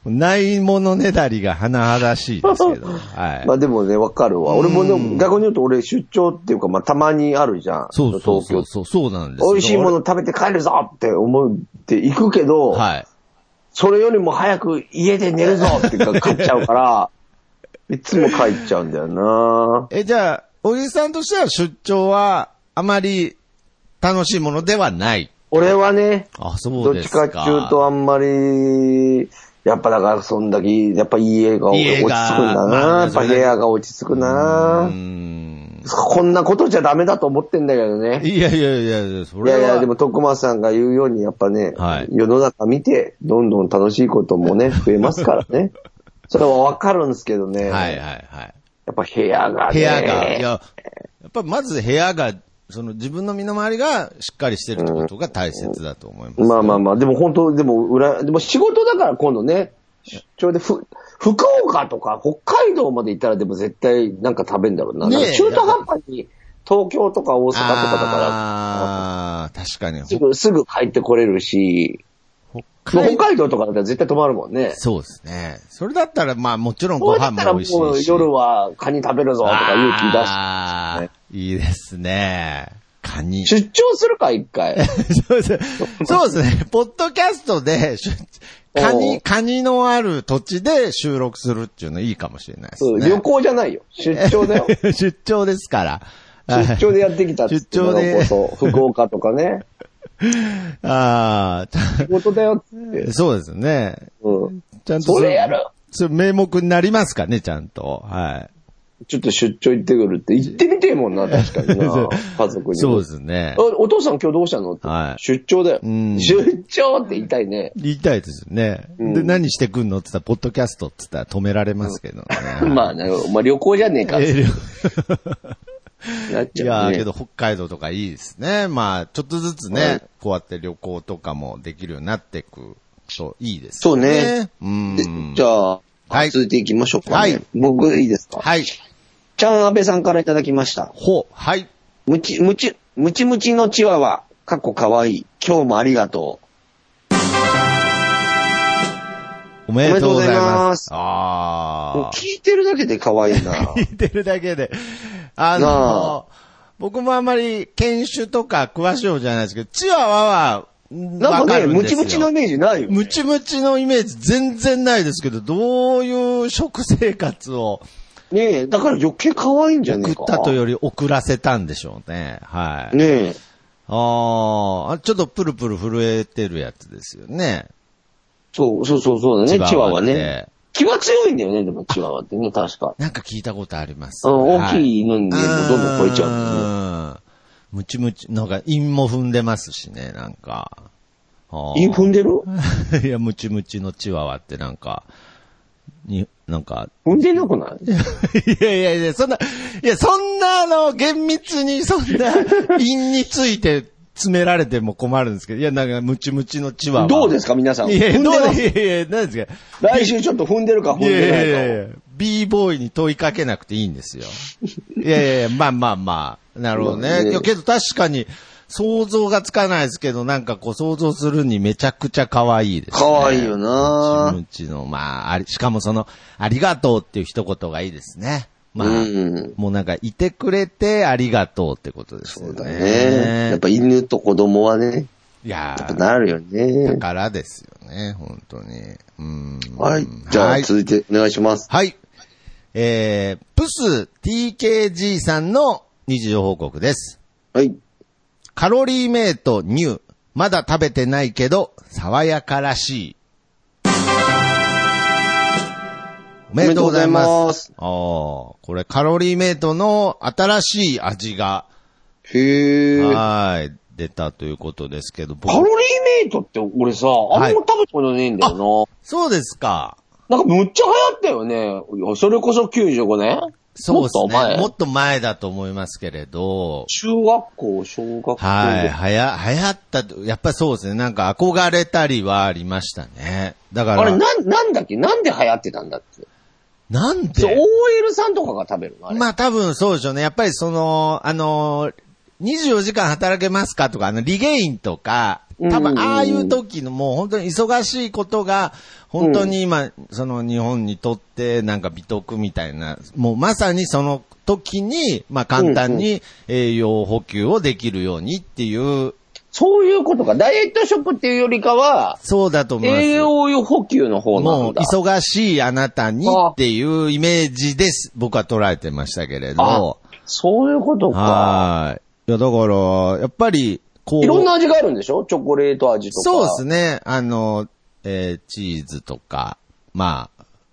[SPEAKER 2] ないものねだりが甚だしいです けど、はい
[SPEAKER 1] ま。あでもね、わかるわ。俺もでも逆に言うと俺出張っていうか、まあたまにあるじゃん。
[SPEAKER 2] そうそうそ
[SPEAKER 1] 東
[SPEAKER 2] うそう、そうなんです
[SPEAKER 1] 京。
[SPEAKER 2] よ
[SPEAKER 1] 美味しいもの食べて帰るぞって思って行くけど、
[SPEAKER 2] はい。
[SPEAKER 1] それよりも早く家で寝るぞっていうか買っちゃう から、いつも帰っちゃうんだよな
[SPEAKER 2] え、じゃあ、小木さんとしては出張は、あまり楽しいものではない。
[SPEAKER 1] 俺はね、
[SPEAKER 2] あ、そ
[SPEAKER 1] ど
[SPEAKER 2] う
[SPEAKER 1] っ
[SPEAKER 2] で
[SPEAKER 1] ち
[SPEAKER 2] すか。
[SPEAKER 1] かっていうとあんまり、やっぱだからそんだけ、やっぱ家が落ち着
[SPEAKER 2] 家
[SPEAKER 1] くん
[SPEAKER 2] が
[SPEAKER 1] だ
[SPEAKER 2] ま
[SPEAKER 1] な
[SPEAKER 2] あ
[SPEAKER 1] やっぱ部屋が落ち着く
[SPEAKER 2] う
[SPEAKER 1] な
[SPEAKER 2] ーん。
[SPEAKER 1] こんなことじゃダメだと思ってんだけどね。
[SPEAKER 2] いやいやいやいや、そ
[SPEAKER 1] い
[SPEAKER 2] れ
[SPEAKER 1] や
[SPEAKER 2] は。
[SPEAKER 1] いや、でも徳間さんが言うように、やっぱね、
[SPEAKER 2] はい
[SPEAKER 1] 世の中見て、どんどん楽しいこともね、増えますからね。 それはわかるんですけどね。
[SPEAKER 2] はい
[SPEAKER 1] や
[SPEAKER 2] はいはい。
[SPEAKER 1] っぱ部屋がね。
[SPEAKER 2] 部屋が、いや、やっぱまず部屋が、その自分の身の回りがしっかりしてるってことが大切だと思います。
[SPEAKER 1] まあまあまあ、でも本当、でも、裏、でも仕事だから今度ね、出張でふ、福岡とか北海道まで行ったらでも絶対なんか食べんだろうな。
[SPEAKER 2] ねえ
[SPEAKER 1] なんか中途半端に東京とか大阪とかだから、
[SPEAKER 2] あー確かに。
[SPEAKER 1] すぐ、すぐ帰ってこれるし、
[SPEAKER 2] 北
[SPEAKER 1] もう
[SPEAKER 2] 海道。
[SPEAKER 1] 北海道とかだったら絶対泊まるもんね。
[SPEAKER 2] そうですね。それだったら、まあもちろん
[SPEAKER 1] そ
[SPEAKER 2] ご
[SPEAKER 1] うだ
[SPEAKER 2] 飯
[SPEAKER 1] ったらも
[SPEAKER 2] も美味しいうし。
[SPEAKER 1] 夜はカニ食べるぞとか勇気出し
[SPEAKER 2] あーいいですね。カニ。
[SPEAKER 1] 出張するか、一回。
[SPEAKER 2] そうですそうですね。ポッドキャストで、しゅカ
[SPEAKER 1] お
[SPEAKER 2] ニ、
[SPEAKER 1] う
[SPEAKER 2] カニのある土地で収録するっていうのいいかもしれないです
[SPEAKER 1] そう
[SPEAKER 2] ね。
[SPEAKER 1] 旅行じゃないよ。出張だよ。
[SPEAKER 2] 出張ですから。
[SPEAKER 1] 出張でやってきたっつって
[SPEAKER 2] 出張
[SPEAKER 1] だ
[SPEAKER 2] で
[SPEAKER 1] からこそ、福岡とかね。
[SPEAKER 2] あ
[SPEAKER 1] 仕事だよっつって。
[SPEAKER 2] あ、 そうですね。
[SPEAKER 1] うん。
[SPEAKER 2] ちゃんと
[SPEAKER 1] それやる
[SPEAKER 2] それ名目になりますかね、ちゃんと。は
[SPEAKER 1] ちょっと出張行ってくるって。行ってみてえもんな、確かにな。家族
[SPEAKER 2] い。
[SPEAKER 1] に。
[SPEAKER 2] そうですね
[SPEAKER 1] あ。お父さん今日どうしたのって。
[SPEAKER 2] はい
[SPEAKER 1] 出張だよ。
[SPEAKER 2] ん
[SPEAKER 1] 出張って言いたいね。
[SPEAKER 2] 言いたいですよね。
[SPEAKER 1] ん
[SPEAKER 2] で、何してくんのって言ったら、ポッドキャストって言ったら止められますけどね。
[SPEAKER 1] まあ、なんかお前旅行じゃねえかっ
[SPEAKER 2] え
[SPEAKER 1] て
[SPEAKER 2] ー
[SPEAKER 1] なっ
[SPEAKER 2] い
[SPEAKER 1] ちゃ
[SPEAKER 2] や
[SPEAKER 1] う、
[SPEAKER 2] ー
[SPEAKER 1] ね。
[SPEAKER 2] けど北海道とかいいですね。まあ、ちょっとずつね、
[SPEAKER 1] はい
[SPEAKER 2] こうやって旅行とかもできるようになっていくといいですね。
[SPEAKER 1] そうね。
[SPEAKER 2] うん。
[SPEAKER 1] じゃあ、
[SPEAKER 2] はい
[SPEAKER 1] 続いていきましょうか、ね。
[SPEAKER 2] はい
[SPEAKER 1] 僕いいですか
[SPEAKER 2] はい。
[SPEAKER 1] ちゃん安倍さんからいただきました。
[SPEAKER 2] ほ、はい。
[SPEAKER 1] むち、むち、むちむちのチワワ。かっこかわいい。今日もありがとう。
[SPEAKER 2] おめでとうござ
[SPEAKER 1] お
[SPEAKER 2] い
[SPEAKER 1] めでとうござい
[SPEAKER 2] ま
[SPEAKER 1] ますす。もう
[SPEAKER 2] あー。
[SPEAKER 1] 聞いてるだけで可愛い な。
[SPEAKER 2] 聞いてるだけで。あ
[SPEAKER 1] な
[SPEAKER 2] の、僕もあんまり犬種とか詳しい方じゃないですけど、チワワは、
[SPEAKER 1] な
[SPEAKER 2] なん
[SPEAKER 1] かね、ムチムチのイメージないよ、ね。
[SPEAKER 2] ムチムチのイメージ全然ないですけど、どういう食生活を
[SPEAKER 1] ねえ、だから余計可愛いんじゃね
[SPEAKER 2] 送
[SPEAKER 1] え
[SPEAKER 2] っ
[SPEAKER 1] か。
[SPEAKER 2] たというより遅らせたんでしょうね。はい。
[SPEAKER 1] ねえ。
[SPEAKER 2] あーあ、ちょっとプルプル震えてるやつですよね。
[SPEAKER 1] そう、そうそうそうだね、チワワ
[SPEAKER 2] っ
[SPEAKER 1] ね。
[SPEAKER 2] て。
[SPEAKER 1] 気は強いんだよね、でもチワワってね、確か。
[SPEAKER 2] なんか聞いたことあります。
[SPEAKER 1] うん大
[SPEAKER 2] は
[SPEAKER 1] きい犬にね、もうどんどん超えちゃうんですね。
[SPEAKER 2] うんムチムチ、なんか、陰も踏んでますしね、なんか。 あー
[SPEAKER 1] イン踏んでる
[SPEAKER 2] いや、ムチムチのチワワってなんか、に、なんか、
[SPEAKER 1] 踏んでなくない
[SPEAKER 2] いやいやいや、そんな、いや、そんな、あの、厳密に、そんな、陰について詰められても困るんですけど、いや、なんか、ムチムチのチワワ。
[SPEAKER 1] どうですすか、皆さん。
[SPEAKER 2] いや、
[SPEAKER 1] 踏ん
[SPEAKER 2] ど
[SPEAKER 1] で
[SPEAKER 2] う
[SPEAKER 1] ます
[SPEAKER 2] いやいや、なんですか。
[SPEAKER 1] 来週ちょっと踏んでるか踏ん
[SPEAKER 2] いやい
[SPEAKER 1] でないか。
[SPEAKER 2] やいやいや、b ボーイに問いかけなくていいんですよ。いやいやいや、まあまあまあ。なるほど
[SPEAKER 1] まあ
[SPEAKER 2] ね。
[SPEAKER 1] ね
[SPEAKER 2] いやけど確かに、想像がつかないですけど、なんかこう想像するにめちゃくちゃ可愛いです、ね。
[SPEAKER 1] 可愛いよな
[SPEAKER 2] ムチムチの、まあ、あり、しかもその、ありがとうっていう一言がいいですね。まあ、
[SPEAKER 1] うん
[SPEAKER 2] もうなんか、いてくれてありがとうってことです
[SPEAKER 1] そ
[SPEAKER 2] よ
[SPEAKER 1] う
[SPEAKER 2] ね。
[SPEAKER 1] だね。やっぱ犬と子供はね、
[SPEAKER 2] いや
[SPEAKER 1] やっぱ
[SPEAKER 2] ー
[SPEAKER 1] なるよね。
[SPEAKER 2] 宝ですよね、本当に。うん。
[SPEAKER 1] はい。じゃ
[SPEAKER 2] は
[SPEAKER 1] あ、
[SPEAKER 2] い
[SPEAKER 1] 続いてお願いします。
[SPEAKER 2] はい。えー、プス TKG さんの日常報告です。
[SPEAKER 1] はい。
[SPEAKER 2] カロリーメイト乳。まだ食べてないけど、爽やからしい。おめでとうございます。
[SPEAKER 1] おめでとうございま
[SPEAKER 2] あ
[SPEAKER 1] す
[SPEAKER 2] あー、これカロリーメイトの新しい味が、
[SPEAKER 1] へえ。カ
[SPEAKER 2] はーい、出たということですけど、僕
[SPEAKER 1] ロリーメイトって俺さ、あんま
[SPEAKER 2] い
[SPEAKER 1] 食べたことねえんだよ
[SPEAKER 2] そうですか。
[SPEAKER 1] な。なんかむっちゃ流行ったよね。それこそ95年
[SPEAKER 2] そうです
[SPEAKER 1] もっと
[SPEAKER 2] ね。
[SPEAKER 1] 前
[SPEAKER 2] もっと前だと思いますけれど、
[SPEAKER 1] 中学校、小学校。
[SPEAKER 2] はい、はや、流行ったと、やっぱりそうですね。なんか憧れたりはありましたね。だから、
[SPEAKER 1] あれ、なん、なんだっけなんで流行ってたんだっけ
[SPEAKER 2] なん
[SPEAKER 1] そう、
[SPEAKER 2] で
[SPEAKER 1] OL さんとかが食べるのあれ。
[SPEAKER 2] まあ多分そうでしょうね。やっぱりその、あの、24時間働けますかとか、あの、リゲインとか、多
[SPEAKER 1] うんうんう
[SPEAKER 2] 分
[SPEAKER 1] ん
[SPEAKER 2] ああいう時のもう本当に忙しいことが、本当に今、その日本にとってなんか美徳みたいな、もうまさにその時に、まあ簡単に栄養補給をできるようにっていう、
[SPEAKER 1] そういうことか。ダイエット食っていうよりかは、
[SPEAKER 2] そうだと思います。
[SPEAKER 1] 栄養補給の方な
[SPEAKER 2] もうん
[SPEAKER 1] だ。
[SPEAKER 2] 忙しいあなたにっていうイメージです。僕は捉えてましたけれ
[SPEAKER 1] あ
[SPEAKER 2] ど。、
[SPEAKER 1] そういうことか。
[SPEAKER 2] はい。いや、だから、やっぱり、こう。
[SPEAKER 1] いろんな味があるんでしょチョコレート味とか。
[SPEAKER 2] そうです
[SPEAKER 1] ね。
[SPEAKER 2] ね。あの、えーチーズとか、まあ、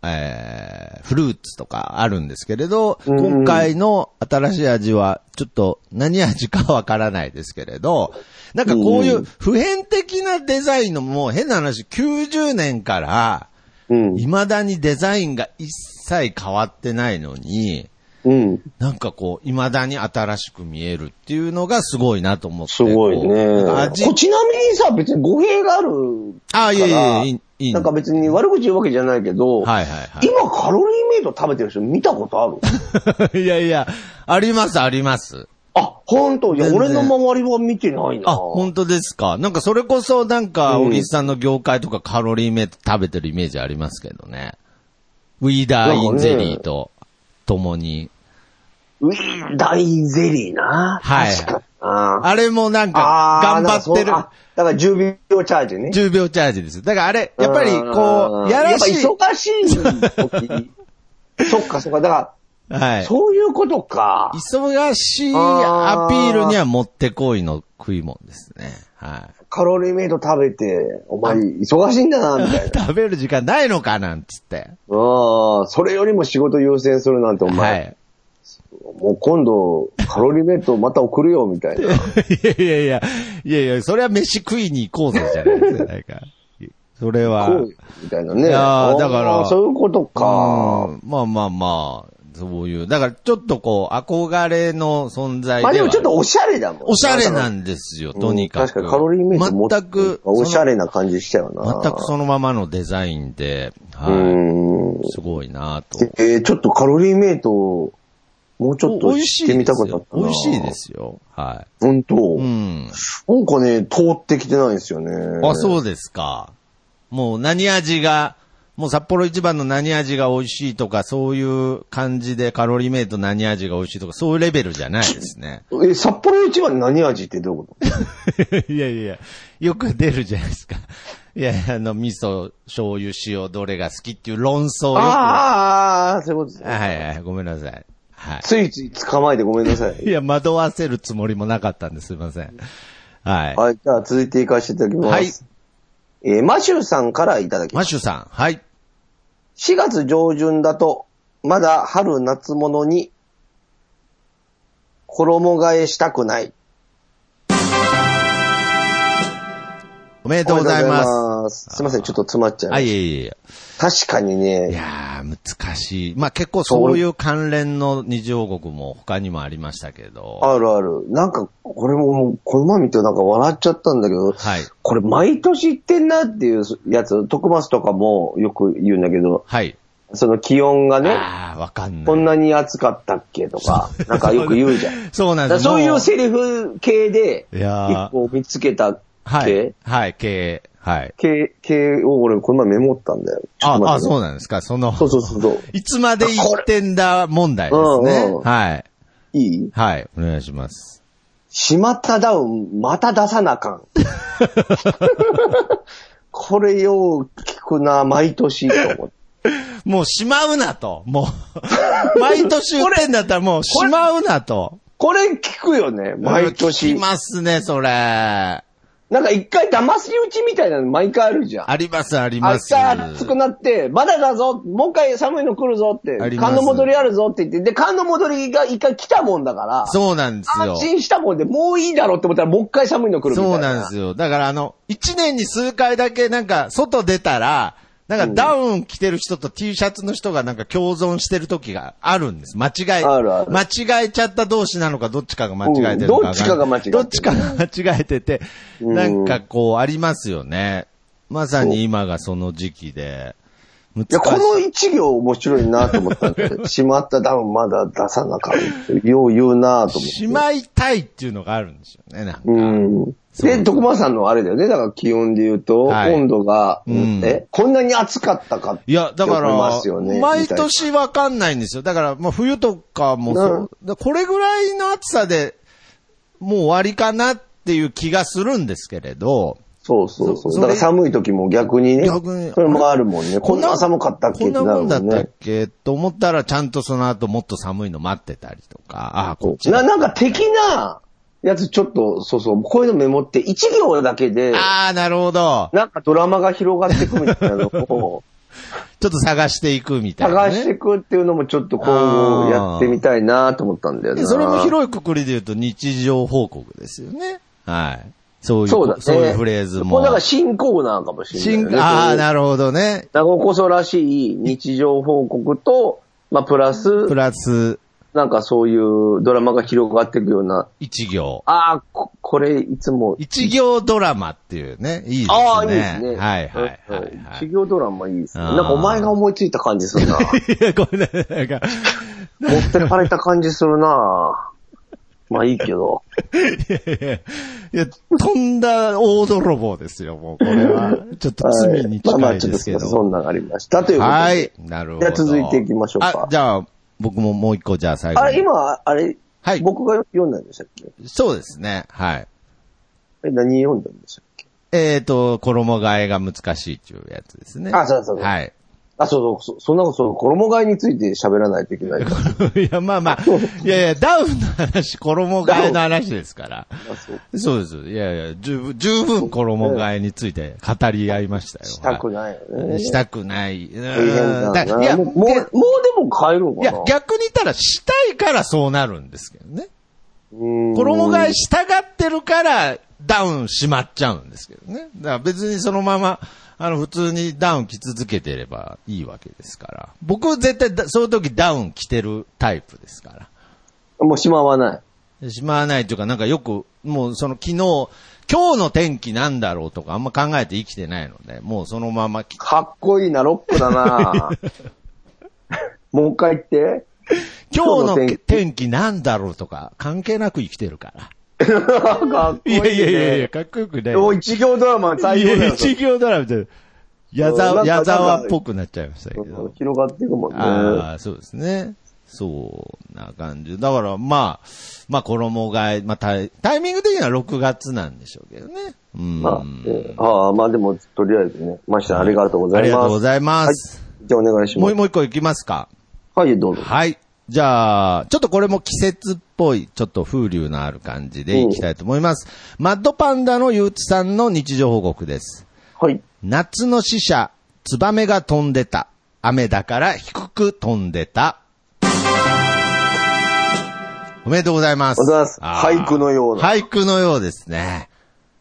[SPEAKER 2] えーフルーツとかあるんですけれど、
[SPEAKER 1] うんうん
[SPEAKER 2] 今回の新しい味は、ちょっと何味かわからないですけれど、なんかこういううん普遍的なデザインのもう変な話、90年から、
[SPEAKER 1] うん。
[SPEAKER 2] 未だにデザインが一切変わってないのに、
[SPEAKER 1] うん。
[SPEAKER 2] なんかこう、未だに新しく見えるっていうのがすごいなと思って。
[SPEAKER 1] すごい
[SPEAKER 2] こう
[SPEAKER 1] ね。
[SPEAKER 2] なんか味
[SPEAKER 1] こ、ちなみにさ、別に語弊がある
[SPEAKER 2] ああ、い
[SPEAKER 1] か
[SPEAKER 2] やいや
[SPEAKER 1] ら、
[SPEAKER 2] いやいい、いい。
[SPEAKER 1] なんか
[SPEAKER 2] はい
[SPEAKER 1] 別に悪口言うわけじゃないけど、
[SPEAKER 2] はいは
[SPEAKER 1] 今カロリーメイト食べてる人見たことある
[SPEAKER 2] い。いやいや、ありますあります。
[SPEAKER 1] あ、ほんと、いや、
[SPEAKER 2] 全然
[SPEAKER 1] 俺の周りは見てないな。
[SPEAKER 2] あ、本当ですか。なんかそれこそなんか、
[SPEAKER 1] うん
[SPEAKER 2] おじさんの業界とかカロリーメイト食べてるイメージありますけどね。ウィーダーインゼリーと共に。
[SPEAKER 1] ウィー大ゼリーな。
[SPEAKER 2] はい
[SPEAKER 1] 確かにな。
[SPEAKER 2] あれもなんか
[SPEAKER 1] あ、ー
[SPEAKER 2] 頑張ってる
[SPEAKER 1] なん。かそうあだから10秒チャージ ね。
[SPEAKER 2] 10秒チャージです。だからあれ、やっぱり
[SPEAKER 1] うんうんう
[SPEAKER 2] こ
[SPEAKER 1] ん
[SPEAKER 2] う、やらしい。
[SPEAKER 1] やっぱ忙しい時。そっかそっか。だから、
[SPEAKER 2] はい。
[SPEAKER 4] そういうことか。
[SPEAKER 2] 忙しいアピールにはもってこいの食い物ですね。は
[SPEAKER 4] カロリーメイト食べて、お前忙しいんだな、みた い
[SPEAKER 2] い。
[SPEAKER 4] な。
[SPEAKER 2] 食べる時間ないのかなんつって。
[SPEAKER 4] ああ、それよりも仕事優先するなんて、お
[SPEAKER 2] は
[SPEAKER 4] 前、
[SPEAKER 2] い。
[SPEAKER 4] もう今度、カロリーメイトまた送るよ、みたい
[SPEAKER 2] い
[SPEAKER 4] な。
[SPEAKER 2] やいやいや、いやいや、それは飯食いに行こうぜじゃないですか。なんかそれは。
[SPEAKER 4] こうみたいなね。
[SPEAKER 2] いやーだから
[SPEAKER 4] あーそういうことか。
[SPEAKER 2] うんまあまあまあ、そういう。だからちょっとこう、憧れの存在では。
[SPEAKER 4] まあでもちょっとおしゃれだもんね
[SPEAKER 2] おしゃれなんですよ、とにかく。
[SPEAKER 4] 確かにカロリーメイト持ってる
[SPEAKER 2] 全く、
[SPEAKER 4] おしゃ
[SPEAKER 2] れ。
[SPEAKER 4] れな感じしちゃうな。
[SPEAKER 2] 全くそのままのデザインで、
[SPEAKER 4] う
[SPEAKER 2] は
[SPEAKER 4] ん
[SPEAKER 2] い。。すごいなと。
[SPEAKER 4] えー、ちょっとカロリーメイト、もうちょっ
[SPEAKER 2] お
[SPEAKER 4] と
[SPEAKER 2] 美味
[SPEAKER 4] 知
[SPEAKER 2] し
[SPEAKER 4] っ
[SPEAKER 2] い
[SPEAKER 4] てみ
[SPEAKER 2] で
[SPEAKER 4] たか
[SPEAKER 2] す
[SPEAKER 4] った
[SPEAKER 2] よ
[SPEAKER 4] な。。
[SPEAKER 2] 美味しいで。すよ。は
[SPEAKER 4] 本当、
[SPEAKER 2] い。うん。
[SPEAKER 4] なんかね、通ってきてないんですよね。。
[SPEAKER 2] あ、そううですか。もう何味が、もう札幌一番の何味が美味しいとか、そういう感じでカロリーメイト何味が美味しいとか、そういうレベルじゃないですね。
[SPEAKER 4] え、札幌一番何味ってどういうこと
[SPEAKER 2] いやいや、よく出るじゃないですか。いや、あの、味噌、醤油、塩、どれが好きっていう論争よく。は
[SPEAKER 4] あーあー、あーそういうことです
[SPEAKER 2] い
[SPEAKER 4] ね。
[SPEAKER 2] はい、ごめんなさい。はい。
[SPEAKER 4] ついつい捕まえてごめん なさい。
[SPEAKER 2] いや、惑わせるつもりもなかったんです。すいません。はい。
[SPEAKER 4] はい、じゃあ続いていかせていただきます。
[SPEAKER 2] はい
[SPEAKER 4] えーマシューさんからいただき
[SPEAKER 2] マ
[SPEAKER 4] ま
[SPEAKER 2] ッ
[SPEAKER 4] す。
[SPEAKER 2] シュさん。はい。
[SPEAKER 4] 4月上旬だと、まだ春夏物に、衣替えしたくない。
[SPEAKER 2] おめでとうござい
[SPEAKER 4] おめ
[SPEAKER 2] ま。
[SPEAKER 4] ですとうございます。すいません、ちょっと詰まっちゃいま
[SPEAKER 2] あ、い
[SPEAKER 4] し
[SPEAKER 2] えいえいえ。
[SPEAKER 4] た。確かに
[SPEAKER 2] い
[SPEAKER 4] ね、
[SPEAKER 2] やー、難しい。まあ、結構そういう関連の二次王国も他にもありましたけど。
[SPEAKER 4] あるある。なんか、これももう、この前見てなんか笑っちゃったんだけど、
[SPEAKER 2] はい。
[SPEAKER 4] これ毎年言ってんなっていうやつ、特バスとかもよく言うんだけど、
[SPEAKER 2] はい。
[SPEAKER 4] その気温がね、
[SPEAKER 2] あー、わかんな
[SPEAKER 4] こん
[SPEAKER 2] い。
[SPEAKER 4] なに暑かったっけとか、なんかよく言うじゃん。
[SPEAKER 2] そうなんで
[SPEAKER 4] だから
[SPEAKER 2] す
[SPEAKER 4] そうい
[SPEAKER 2] も
[SPEAKER 4] うセリフ系で、
[SPEAKER 2] いやー
[SPEAKER 4] 一個見つけた系、
[SPEAKER 2] はい。はい、経営。はい。
[SPEAKER 4] 系、系を俺この前メモったんだよ。ちょっ
[SPEAKER 2] あ
[SPEAKER 4] と、待
[SPEAKER 2] あ、
[SPEAKER 4] って
[SPEAKER 2] そ
[SPEAKER 4] ね
[SPEAKER 2] うなんですか。その、
[SPEAKER 4] そうそうそうそう。
[SPEAKER 2] いつまで言ってんだ問題です
[SPEAKER 4] あこれ
[SPEAKER 2] ね
[SPEAKER 4] うんう。ん
[SPEAKER 2] はい。
[SPEAKER 4] いい
[SPEAKER 2] はい。お願いします。
[SPEAKER 4] 島田ダウン、また出さな あかん。これよう聞くな、毎年と思って。
[SPEAKER 2] もうしまうなと。もう、 毎年言ってんだったらもうしまうなと。
[SPEAKER 4] これ聞くよね、毎
[SPEAKER 2] 聞
[SPEAKER 4] 年
[SPEAKER 2] き。ますね、それ。あ
[SPEAKER 4] なんか一回騙し討ちみたいなの毎回あるじゃん。
[SPEAKER 2] ります、あり
[SPEAKER 4] 明
[SPEAKER 2] ます。
[SPEAKER 4] 日暑くなって、まだだぞ、もう一回寒いの来るぞって
[SPEAKER 2] あ、ります
[SPEAKER 4] 寒の戻りあるぞって言って、で、寒の戻りが一回来たもんだから、
[SPEAKER 2] そうなんですよ
[SPEAKER 4] 安。心したもんで、もういいだろうって思ったら、もう一回寒いの来るみたいな。
[SPEAKER 2] そうなんですよ。だからあの、一年に数回だけなんか、外出たら、なんかダウン着てる人と T シャツの人がなんか共存してる時があるんです。間違え、
[SPEAKER 4] あるある
[SPEAKER 2] 間違えちゃった同士なのか、どっちかが間違えてるの
[SPEAKER 4] うん
[SPEAKER 2] かわんない、
[SPEAKER 4] どっちかが間違えてる
[SPEAKER 2] どっちかが間違えてて、
[SPEAKER 4] うん
[SPEAKER 2] なんかこうありますよね。まさに今がその時期で。難
[SPEAKER 4] いや、こ
[SPEAKER 2] し
[SPEAKER 4] の一行面白いなと思った んで、しまったダウンまだ出さなかった。よう言うなと
[SPEAKER 2] い。
[SPEAKER 4] 思
[SPEAKER 2] し
[SPEAKER 4] って。
[SPEAKER 2] まいたいっていうのがあるんですよね、なんか。
[SPEAKER 4] うん。で、徳間さんのあれだよね。だから気温で言うと、
[SPEAKER 2] はい
[SPEAKER 4] 温度が、
[SPEAKER 2] うん
[SPEAKER 4] え、こんなに暑かったかって
[SPEAKER 2] いや、だか
[SPEAKER 4] 思いますよ
[SPEAKER 2] ら、
[SPEAKER 4] ね
[SPEAKER 2] 毎
[SPEAKER 4] みたいな
[SPEAKER 2] 年わかんないんですよ。だから、まあ冬とかもそう。だこれぐらいの暑さで、もう終わりかなっていう気がするんですけれど、
[SPEAKER 4] そうそうそう。
[SPEAKER 2] そ
[SPEAKER 4] だから寒い時も逆にね。
[SPEAKER 2] 逆に
[SPEAKER 4] それもあるもんね。こんな寒かったっけ
[SPEAKER 2] こ
[SPEAKER 4] っ
[SPEAKER 2] んな
[SPEAKER 4] てな
[SPEAKER 2] もん
[SPEAKER 4] るも
[SPEAKER 2] だっ
[SPEAKER 4] ん
[SPEAKER 2] たっ
[SPEAKER 4] ね。
[SPEAKER 2] けと思ったら、ちゃんとその後もっと寒いの待ってたりとか、ああ、こっちだ
[SPEAKER 4] な、なんか的なやつちょっと、そうそう、こういうのメモって一行だけで、
[SPEAKER 2] ああ、なるほど。
[SPEAKER 4] なんかドラマが広がってくみたいなのを
[SPEAKER 2] ちょっと探していくみたいな、
[SPEAKER 4] 探
[SPEAKER 2] ね。
[SPEAKER 4] してくっていうのもちょっと今後やってみたいなと思ったんだよ
[SPEAKER 2] で
[SPEAKER 4] ね。
[SPEAKER 2] それも広いくくりで言うと日常報告ですよね。はい。そういう、
[SPEAKER 4] そうだね。
[SPEAKER 2] そういうフレーズ
[SPEAKER 4] こ
[SPEAKER 2] も
[SPEAKER 4] れだ。から新コーナーかもしれ
[SPEAKER 2] 新
[SPEAKER 4] ない、ね。
[SPEAKER 2] ああ、な
[SPEAKER 4] る
[SPEAKER 2] るほどね。
[SPEAKER 4] 名古屋こそらしい日常報告と、まあ、プラス、
[SPEAKER 2] プラス
[SPEAKER 4] なんかそういうドラマが広がっていくような、
[SPEAKER 2] 一行。
[SPEAKER 4] ああ、ここれいつも
[SPEAKER 2] 一行ドラマっていうね。いいですね。
[SPEAKER 4] ああ、いいですね。
[SPEAKER 2] はいはいはい、は
[SPEAKER 4] 修行ドラマいいですね。
[SPEAKER 2] あー
[SPEAKER 4] なんかお前が思いついた感じする な。
[SPEAKER 2] い。いや、これね、なんか、
[SPEAKER 4] 持ってかれた感じするな。まあいいけど。
[SPEAKER 2] いやいや、飛んだ大泥棒ですよ、もう。これは、ちょっと 罪に
[SPEAKER 4] まあま
[SPEAKER 2] 近
[SPEAKER 4] あ
[SPEAKER 2] い
[SPEAKER 4] ちょ
[SPEAKER 2] で
[SPEAKER 4] っ
[SPEAKER 2] すけ
[SPEAKER 4] とそ
[SPEAKER 2] ど。
[SPEAKER 4] んなんありました。ということで。
[SPEAKER 2] はい。なるほど。
[SPEAKER 4] じゃあ続いていきましょうか
[SPEAKER 2] あ、じゃあ、僕ももう一個、じゃあ最後に。
[SPEAKER 4] あれ、今、あれ、
[SPEAKER 2] はい
[SPEAKER 4] 僕が読んだんでしたっけ
[SPEAKER 2] そうですね。はい。
[SPEAKER 4] え何読んだんでしたっけ
[SPEAKER 2] えっ、と、衣替えが難しいっていうやつですね。
[SPEAKER 4] あそうそうそう
[SPEAKER 2] はい。
[SPEAKER 4] あ、そうそう、そそんなこと、その衣替えについて喋らないといけないか ら。
[SPEAKER 2] いや、まあまあ、いやいや、ダウンの話、衣替えの話ですから。
[SPEAKER 4] あそう
[SPEAKER 2] そうです。いやいや、十分、十分衣替えについて語り合いましたよ。
[SPEAKER 4] したくないよ
[SPEAKER 2] は
[SPEAKER 4] ね。
[SPEAKER 2] いしたくない。う
[SPEAKER 4] 大変
[SPEAKER 2] ん
[SPEAKER 4] だ
[SPEAKER 2] だ
[SPEAKER 4] な。
[SPEAKER 2] いや、
[SPEAKER 4] もう、もうもうで
[SPEAKER 2] で
[SPEAKER 4] も変えるの
[SPEAKER 2] い
[SPEAKER 4] か
[SPEAKER 2] や
[SPEAKER 4] な。、
[SPEAKER 2] 逆に言ったら、したいからそうなるんですけどね。
[SPEAKER 4] うん
[SPEAKER 2] 衣替えしたがってるから、ダウンしまっちゃうんですけどね。だから別にそのまま、あの、普通にダウン着続けてればいいわけですから。僕絶対だ、そういう時ダウン着てるタイプですから。
[SPEAKER 4] もうしまわない。
[SPEAKER 2] しまわないというか、なんかよく、もうその昨日、今日の天気なんだろうとかあんま考えて生きてないので、もうそのままき、
[SPEAKER 4] かっこいいな、ロックだ な。もう一回言って。
[SPEAKER 2] 今日
[SPEAKER 4] 今日の天
[SPEAKER 2] の
[SPEAKER 4] 気
[SPEAKER 2] 天気なんだろうとか関係なく生きてるから。
[SPEAKER 4] かっこいい、ね。
[SPEAKER 2] かっこよくな
[SPEAKER 4] お一行ドラマ最高だよ。
[SPEAKER 2] 一行ドラマで、矢
[SPEAKER 4] うんな
[SPEAKER 2] 沢、
[SPEAKER 4] んか
[SPEAKER 2] 矢沢っぽくなっちゃいましたけ
[SPEAKER 4] そうそう
[SPEAKER 2] ど。
[SPEAKER 4] 広がっていくもんね。
[SPEAKER 2] ああ、そうですね。そうな感じ。だから、まあ、まあ、衣替え、まあタイ、タイミング的には6月なんでしょうけどね。うん。
[SPEAKER 4] まあ、えーああ、まあでも、とりあえずね。ましてありがとうございます。
[SPEAKER 2] ありがとうございます
[SPEAKER 4] はいじゃあお願いし
[SPEAKER 2] も
[SPEAKER 4] ま
[SPEAKER 2] う、
[SPEAKER 4] す。
[SPEAKER 2] もう一個いきますか。
[SPEAKER 4] はい、どうぞ。
[SPEAKER 2] はい。じゃあ、ちょっとこれも季節っぽい、ちょっと風流のある感じでいきたいと思います。マッドパンダのゆうちさんの日常報告です。
[SPEAKER 4] はい。
[SPEAKER 2] 夏の死者、ツバメが飛んでた。雨だから低く飛んでた。おめでとうございます。
[SPEAKER 4] おめでとうございます
[SPEAKER 2] あー
[SPEAKER 4] 俳句のような
[SPEAKER 2] 俳句のようですね。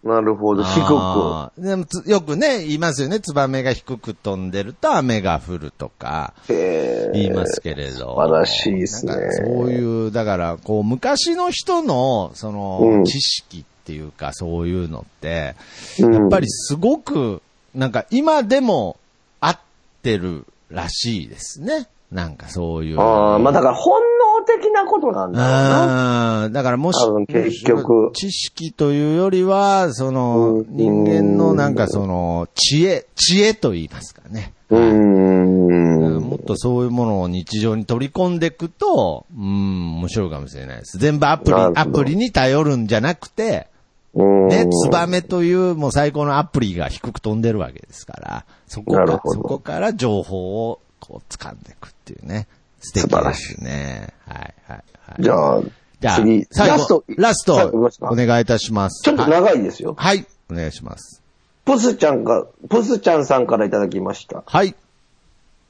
[SPEAKER 4] なるほど。低く。
[SPEAKER 2] あーでもつよくね、言いますよね。ツバメが低く飛んでると雨が降るとか。
[SPEAKER 4] え
[SPEAKER 2] 言いますけれど。
[SPEAKER 4] 素晴らしいですね
[SPEAKER 2] なんかそういう、だから、こう、昔の人の、その、
[SPEAKER 4] うん
[SPEAKER 2] 知識っていうか、そういうのって、
[SPEAKER 4] ーうん
[SPEAKER 2] やっぱりすごく、なんか今でも合ってるらしいですね。なんかそういう。
[SPEAKER 4] ああ、まあだから本能的なことなんだろうな。
[SPEAKER 2] あーだからもし
[SPEAKER 4] 多分、結局
[SPEAKER 2] 知識というよりは、その
[SPEAKER 4] う、ん
[SPEAKER 2] 人間のなんかその、知恵、知恵と言いますかね。
[SPEAKER 4] うーん。
[SPEAKER 2] もっとそういうものを日常に取り込んでいくと、うん、面白いかもしれないです。全部アプリ、
[SPEAKER 4] なるほど
[SPEAKER 2] アプリに頼るんじゃなくて、
[SPEAKER 4] うん
[SPEAKER 2] ね、ツバメというもう最高のアプリが低く飛んでるわけですから、そこか
[SPEAKER 4] なる
[SPEAKER 2] ら、
[SPEAKER 4] ほ
[SPEAKER 2] そ
[SPEAKER 4] ど
[SPEAKER 2] こから情報をこう掴んでいくっていうね。素敵ですね。はい、はい、はい。
[SPEAKER 4] じゃあ、
[SPEAKER 2] じゃあ
[SPEAKER 4] 次、
[SPEAKER 2] 最後、
[SPEAKER 4] ラスト、
[SPEAKER 2] ラス
[SPEAKER 4] 最
[SPEAKER 2] ト、
[SPEAKER 4] 後いきますか
[SPEAKER 2] お願いいたします。
[SPEAKER 4] ちょっと
[SPEAKER 2] はい
[SPEAKER 4] 長いですよ。
[SPEAKER 2] はい、お願いします。
[SPEAKER 4] プスちゃんが、プスちゃんさんからいただきました。
[SPEAKER 2] はい。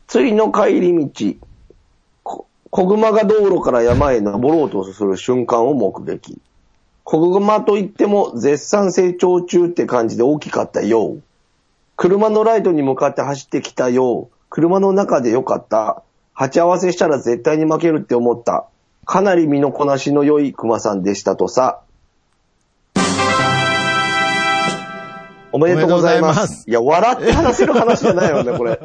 [SPEAKER 4] 釣りの帰り道、こ子熊が道路から山へ登ろうとする瞬間を目撃。子熊といっても絶賛成長中って感じで大きかったよ。車のライトに向かって走ってきたよ。車の中でよかった。鉢合わせしたら絶対に負けるって思った。かなり身のこなしの良い熊さんでしたとさ。おめでとうございま。
[SPEAKER 2] おめでとうございます
[SPEAKER 4] いや、笑って話せる話じゃないよね、これ。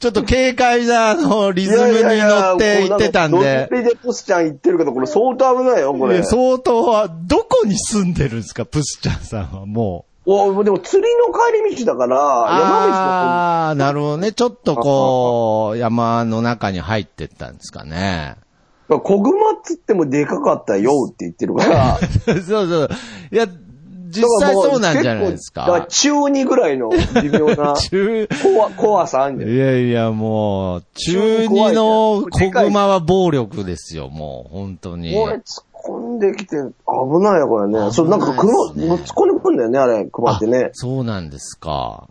[SPEAKER 2] ちょっと軽快な、あの、リズムに乗っていってたんで。
[SPEAKER 4] いやいやいやこうなんかドッペでポスちゃん言ってるけど、これ相当危ないよ、こ
[SPEAKER 2] い
[SPEAKER 4] れ。
[SPEAKER 2] や相当は、どこに住んでるんですか、プスちゃんさんは、もう。
[SPEAKER 4] おでも釣りの帰り道だから、山道
[SPEAKER 2] ああ、なるほどね。ちょっとこう、山の中に入ってったんですかね。
[SPEAKER 4] だと、小熊っつってもでかかったよって言ってるから。
[SPEAKER 2] そうそう。いや、 実
[SPEAKER 4] だから
[SPEAKER 2] 際
[SPEAKER 4] も
[SPEAKER 2] そうなんじゃないです
[SPEAKER 4] 結構だから
[SPEAKER 2] か。
[SPEAKER 4] 中二ぐらいの微妙 な
[SPEAKER 2] 中、
[SPEAKER 4] 怖怖さあんじゃん。
[SPEAKER 2] いやいや、もう、中二の小熊は暴力ですよ、もう、本当に。
[SPEAKER 4] これ突っ込んできて、危ないよ、これね。そう、なんか車、
[SPEAKER 2] 危ない
[SPEAKER 4] もう突っ込んでくるんだよね、あれ、熊ってね
[SPEAKER 2] あ。そうなんですか。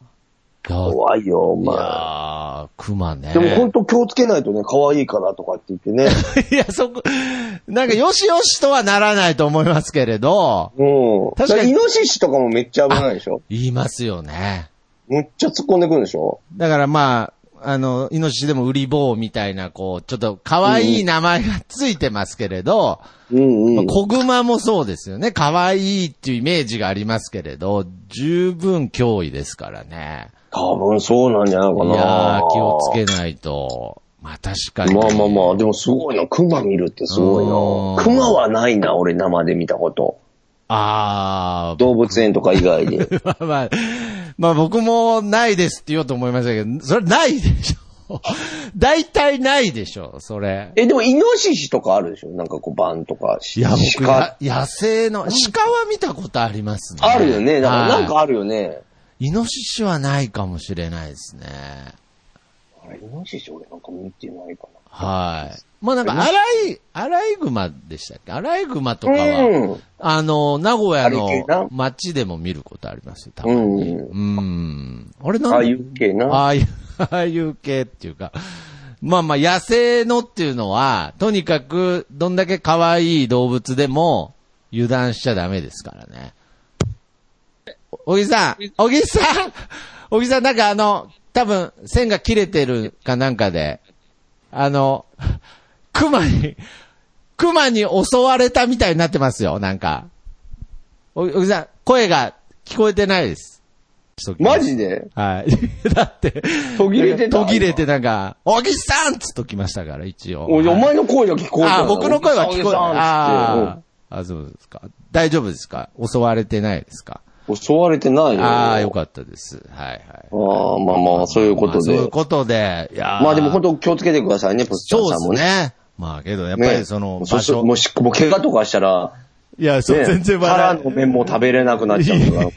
[SPEAKER 2] いや、い
[SPEAKER 4] 怖いよ、お前。
[SPEAKER 2] やー熊ね。
[SPEAKER 4] でも本当気をつけないとね、可愛いからとかって言っ てね。
[SPEAKER 2] いや、そこ、なんか、よしよしとはならないと思いますけれど、
[SPEAKER 4] うん。
[SPEAKER 2] 確かに
[SPEAKER 4] 確かに。イノシシとかもめっちゃ危ないでしょ
[SPEAKER 2] 言いますよね。
[SPEAKER 4] めっちゃ突っ込んでくるでしょ
[SPEAKER 2] だからまあ、あの、イノシシでも売り棒みたいな、こう、ちょっと可愛い名前がついてますけれど、
[SPEAKER 4] うんう
[SPEAKER 2] まあ
[SPEAKER 4] ん。
[SPEAKER 2] 小熊もそうですよね。可愛いっていうイメージがありますけれど、十分脅威ですからね。
[SPEAKER 4] 多分そうなんじゃない
[SPEAKER 2] い
[SPEAKER 4] かな。
[SPEAKER 2] やー、気をつけないと。まあ確かに。
[SPEAKER 4] まあまあまあ、でもすごいな。熊見るってすご
[SPEAKER 2] うん
[SPEAKER 4] いな。熊はないな、俺生で見たこと。
[SPEAKER 2] あー、
[SPEAKER 4] 動物園とか以 外で。
[SPEAKER 2] まあまあ、まあ僕もないですって言おうと思いましたけど、それないでしょ。大体ないでしょ、それ。
[SPEAKER 4] え、でもイノシシとかあるでしょなんかこう、バンとか。
[SPEAKER 2] いや、僕、や
[SPEAKER 4] 鹿。
[SPEAKER 2] 野生の、鹿は見たことありますね。
[SPEAKER 4] あるよね。だからなんか
[SPEAKER 2] はい
[SPEAKER 4] あるよね。
[SPEAKER 2] イノシシはないかもしれないですね。
[SPEAKER 1] あれ、イノシシ俺なんか見てないか
[SPEAKER 2] はい。まあなんか、アライ、アライグマでしたっけアライグマとかは、
[SPEAKER 1] うん
[SPEAKER 2] あの、名古屋
[SPEAKER 1] あれ系
[SPEAKER 2] の
[SPEAKER 1] な
[SPEAKER 2] 街でも見ることありますよ、多
[SPEAKER 1] な。う
[SPEAKER 2] 分。
[SPEAKER 1] ん。
[SPEAKER 2] うん。あれなん
[SPEAKER 1] あ
[SPEAKER 2] だ
[SPEAKER 1] あいう系な。
[SPEAKER 2] ああいう、 ああいう系っていうか、まあまあ野生のっていうのは、とにかくどんだけ可愛い動物でも油断しちゃダメですからね。お小木さん、小木さん、小木さんなんかあの、多分線が切れてるかなんかで、あの、熊に、熊に襲われたみたいになってますよ、なんか。お小木さん、声が聞こえてないです。
[SPEAKER 1] マジで
[SPEAKER 2] はい。 だって、
[SPEAKER 1] 途切れてた
[SPEAKER 2] 途切れてなんか、小木さんっつっときましたから、一応。
[SPEAKER 1] おいお
[SPEAKER 2] はい
[SPEAKER 1] 前の声が聞こえた
[SPEAKER 2] あ、僕の声は聞こえ、あ
[SPEAKER 1] あ
[SPEAKER 2] ーあ、そうですか。大丈夫ですか襲われてないですか
[SPEAKER 1] 襲われてないよ。
[SPEAKER 2] ああ、よかったです。はいはい。
[SPEAKER 1] ああ、まあまあ、そういうこと
[SPEAKER 2] まあそうい
[SPEAKER 1] で
[SPEAKER 2] う。ことで、いやー
[SPEAKER 1] まあでも本当気をつけてくださいね、ポッチャ
[SPEAKER 2] そ
[SPEAKER 1] ンさんも
[SPEAKER 2] うです
[SPEAKER 1] ね。
[SPEAKER 2] ね。まあけど、やっぱ
[SPEAKER 1] ね
[SPEAKER 2] りその
[SPEAKER 1] もう
[SPEAKER 2] 場
[SPEAKER 1] そ
[SPEAKER 2] 所、
[SPEAKER 1] もうしもう怪我とかしたら、
[SPEAKER 2] いや、そう、
[SPEAKER 1] ね
[SPEAKER 2] 全然
[SPEAKER 1] 腹
[SPEAKER 2] 笑
[SPEAKER 1] の面も食べれなくなっちゃうから。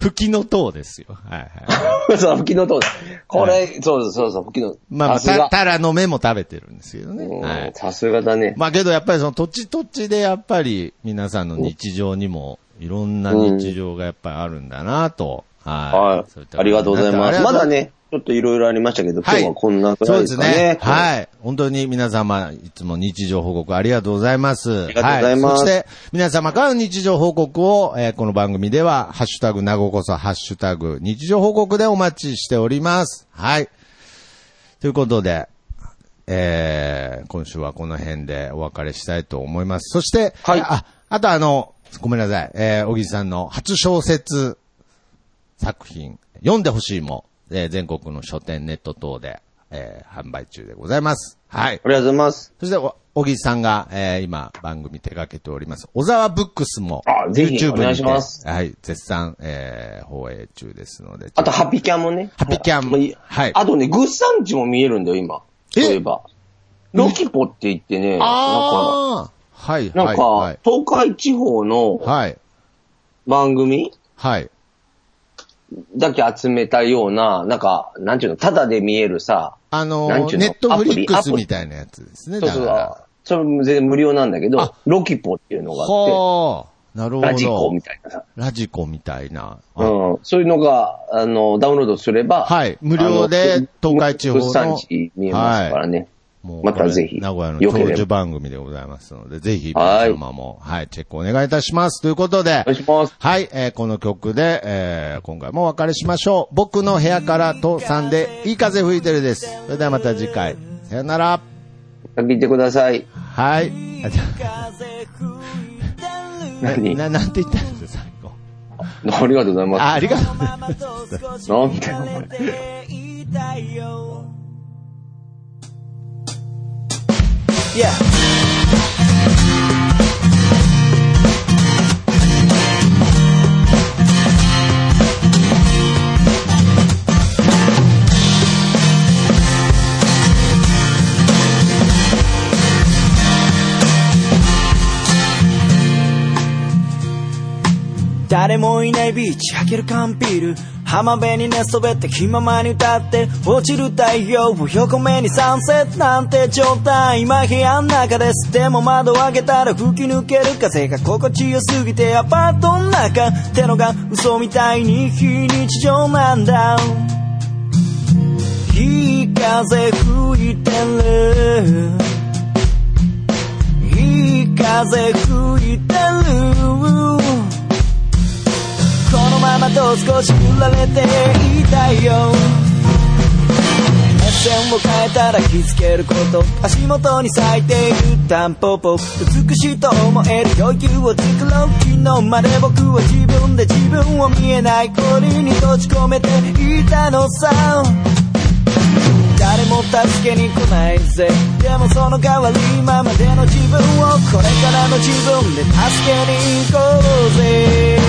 [SPEAKER 2] 吹きの塔ですよ。はいはい。
[SPEAKER 1] そう、吹きの塔だ。これ、そうそうそう、吹きの。
[SPEAKER 2] まあ、
[SPEAKER 1] さすが
[SPEAKER 2] た、。たらの芽も食べてるんですけどね。は
[SPEAKER 1] う
[SPEAKER 2] い
[SPEAKER 1] ん。さすがだね。
[SPEAKER 2] まあけどやっぱりその土地土地でやっぱり皆さんの日常にもいろんな日常がやっぱりあるんだなと。は
[SPEAKER 1] はい
[SPEAKER 2] そういっ
[SPEAKER 1] い。
[SPEAKER 2] たこ
[SPEAKER 1] あ
[SPEAKER 2] と
[SPEAKER 1] り
[SPEAKER 2] に
[SPEAKER 1] が
[SPEAKER 2] なって。
[SPEAKER 1] とうございます。まだ
[SPEAKER 2] ね
[SPEAKER 1] ね、ちょっといろいろありましたけど、今
[SPEAKER 2] はい
[SPEAKER 1] 日はこんなぐ
[SPEAKER 2] そ
[SPEAKER 1] ら
[SPEAKER 2] う
[SPEAKER 1] いです
[SPEAKER 2] で
[SPEAKER 1] すか
[SPEAKER 2] ね
[SPEAKER 1] ね。。い。
[SPEAKER 2] はい。本当に皆様、いつも日常報告ありがとうございます。あり
[SPEAKER 1] がとうございます
[SPEAKER 2] そして、皆様からの日常報告を、えーこの番組では、ハッシュタグ、なごこそ、ハッシュタグ、日常報告でお待ちしております。はい。ということで、えー、今週はこの辺でお別れしたいと思います。そして、
[SPEAKER 1] はい
[SPEAKER 2] あ、あとあの、ごめんなさい、えー、小木さんの初小説、作品、読んでほしいも、えー全国の書店、ネット等で、えー販売中でございます。はい
[SPEAKER 1] あ。りがとうございます。
[SPEAKER 2] そして、お小木さんが、えー今、番組手掛けております。小沢ブックスも、
[SPEAKER 1] あぜひお願いします
[SPEAKER 2] はい、絶賛、えー放映中ですので。
[SPEAKER 1] あと、ハピキャンもね。
[SPEAKER 2] ハピキャン
[SPEAKER 1] もい
[SPEAKER 2] はい
[SPEAKER 1] あとね、グッサンチも見えるんだよ、今。
[SPEAKER 2] え
[SPEAKER 1] そういえば。ロキポって言ってね、なんか、
[SPEAKER 2] ああーはい、
[SPEAKER 1] なん
[SPEAKER 2] は
[SPEAKER 1] か
[SPEAKER 2] い、、
[SPEAKER 1] 東海地方の
[SPEAKER 2] はい、
[SPEAKER 1] 番組
[SPEAKER 2] はい、
[SPEAKER 1] だけ集めたような、なんか、なんていうの、タダで見えるさ、
[SPEAKER 2] あの
[SPEAKER 1] なんちゅ
[SPEAKER 2] ー、
[SPEAKER 1] うの
[SPEAKER 2] ネットフリック
[SPEAKER 1] ア
[SPEAKER 2] ス
[SPEAKER 1] プリ
[SPEAKER 2] みたいなやつですね、
[SPEAKER 1] そう
[SPEAKER 2] だ
[SPEAKER 1] そ
[SPEAKER 2] か
[SPEAKER 1] う
[SPEAKER 2] ら。。
[SPEAKER 1] それも全然無料なんだけ
[SPEAKER 2] あ
[SPEAKER 1] ど、ロキポっていうのがあっ
[SPEAKER 2] はあ、なるほ
[SPEAKER 1] て、
[SPEAKER 2] ど。
[SPEAKER 1] ラジコみたいなさ。
[SPEAKER 2] ラジコみたいな。あ
[SPEAKER 1] うん。そういうのが、あの、ダウンロードすれば。
[SPEAKER 2] はい無料で
[SPEAKER 1] あの
[SPEAKER 2] 東海地方の
[SPEAKER 1] 物産地見えますからね。
[SPEAKER 2] もう
[SPEAKER 1] またぜひ
[SPEAKER 2] 名古屋の
[SPEAKER 1] よ
[SPEAKER 2] 長
[SPEAKER 1] ければ
[SPEAKER 2] 寿番組でございますので、ぜひ皆様も、はい、チェックお願いいたします。ということで
[SPEAKER 1] お、願いします。
[SPEAKER 2] はい、えーこの曲で、えー今回もお別れしましょう。僕の部屋からとさんで、いい風吹いてるです。それではまた次回。さよなら。
[SPEAKER 1] 聞いてください。
[SPEAKER 2] はい。あじゃあ
[SPEAKER 1] 何
[SPEAKER 2] な、なんて言ったんですか、最後。
[SPEAKER 1] ありがとうございます。
[SPEAKER 2] あ、ありがとうございます。
[SPEAKER 1] なんでお前。
[SPEAKER 5] Yeah.「誰もいないビーチ開ける缶ビール」「浜辺に寝そべって気ままに歌って」「落ちる太陽を横目にサンセットなんて状態」「今部屋の中です」「でも窓を開けたら吹き抜ける風が心地よすぎて」「アパートの中ってのが嘘みたいに非日常なんだ」「いい風吹いてる」「いい風吹いてる」このままと少し振られていたいよ目線を変えたら気づけること足元に咲いているタンポポ美しいと思える余裕を作ろう昨日まで僕は自分で自分を見えない氷に閉じ込めていたのさ誰も助けに来ないぜでもその代わり今までの自分をこれからの自分で助けに行こうぜ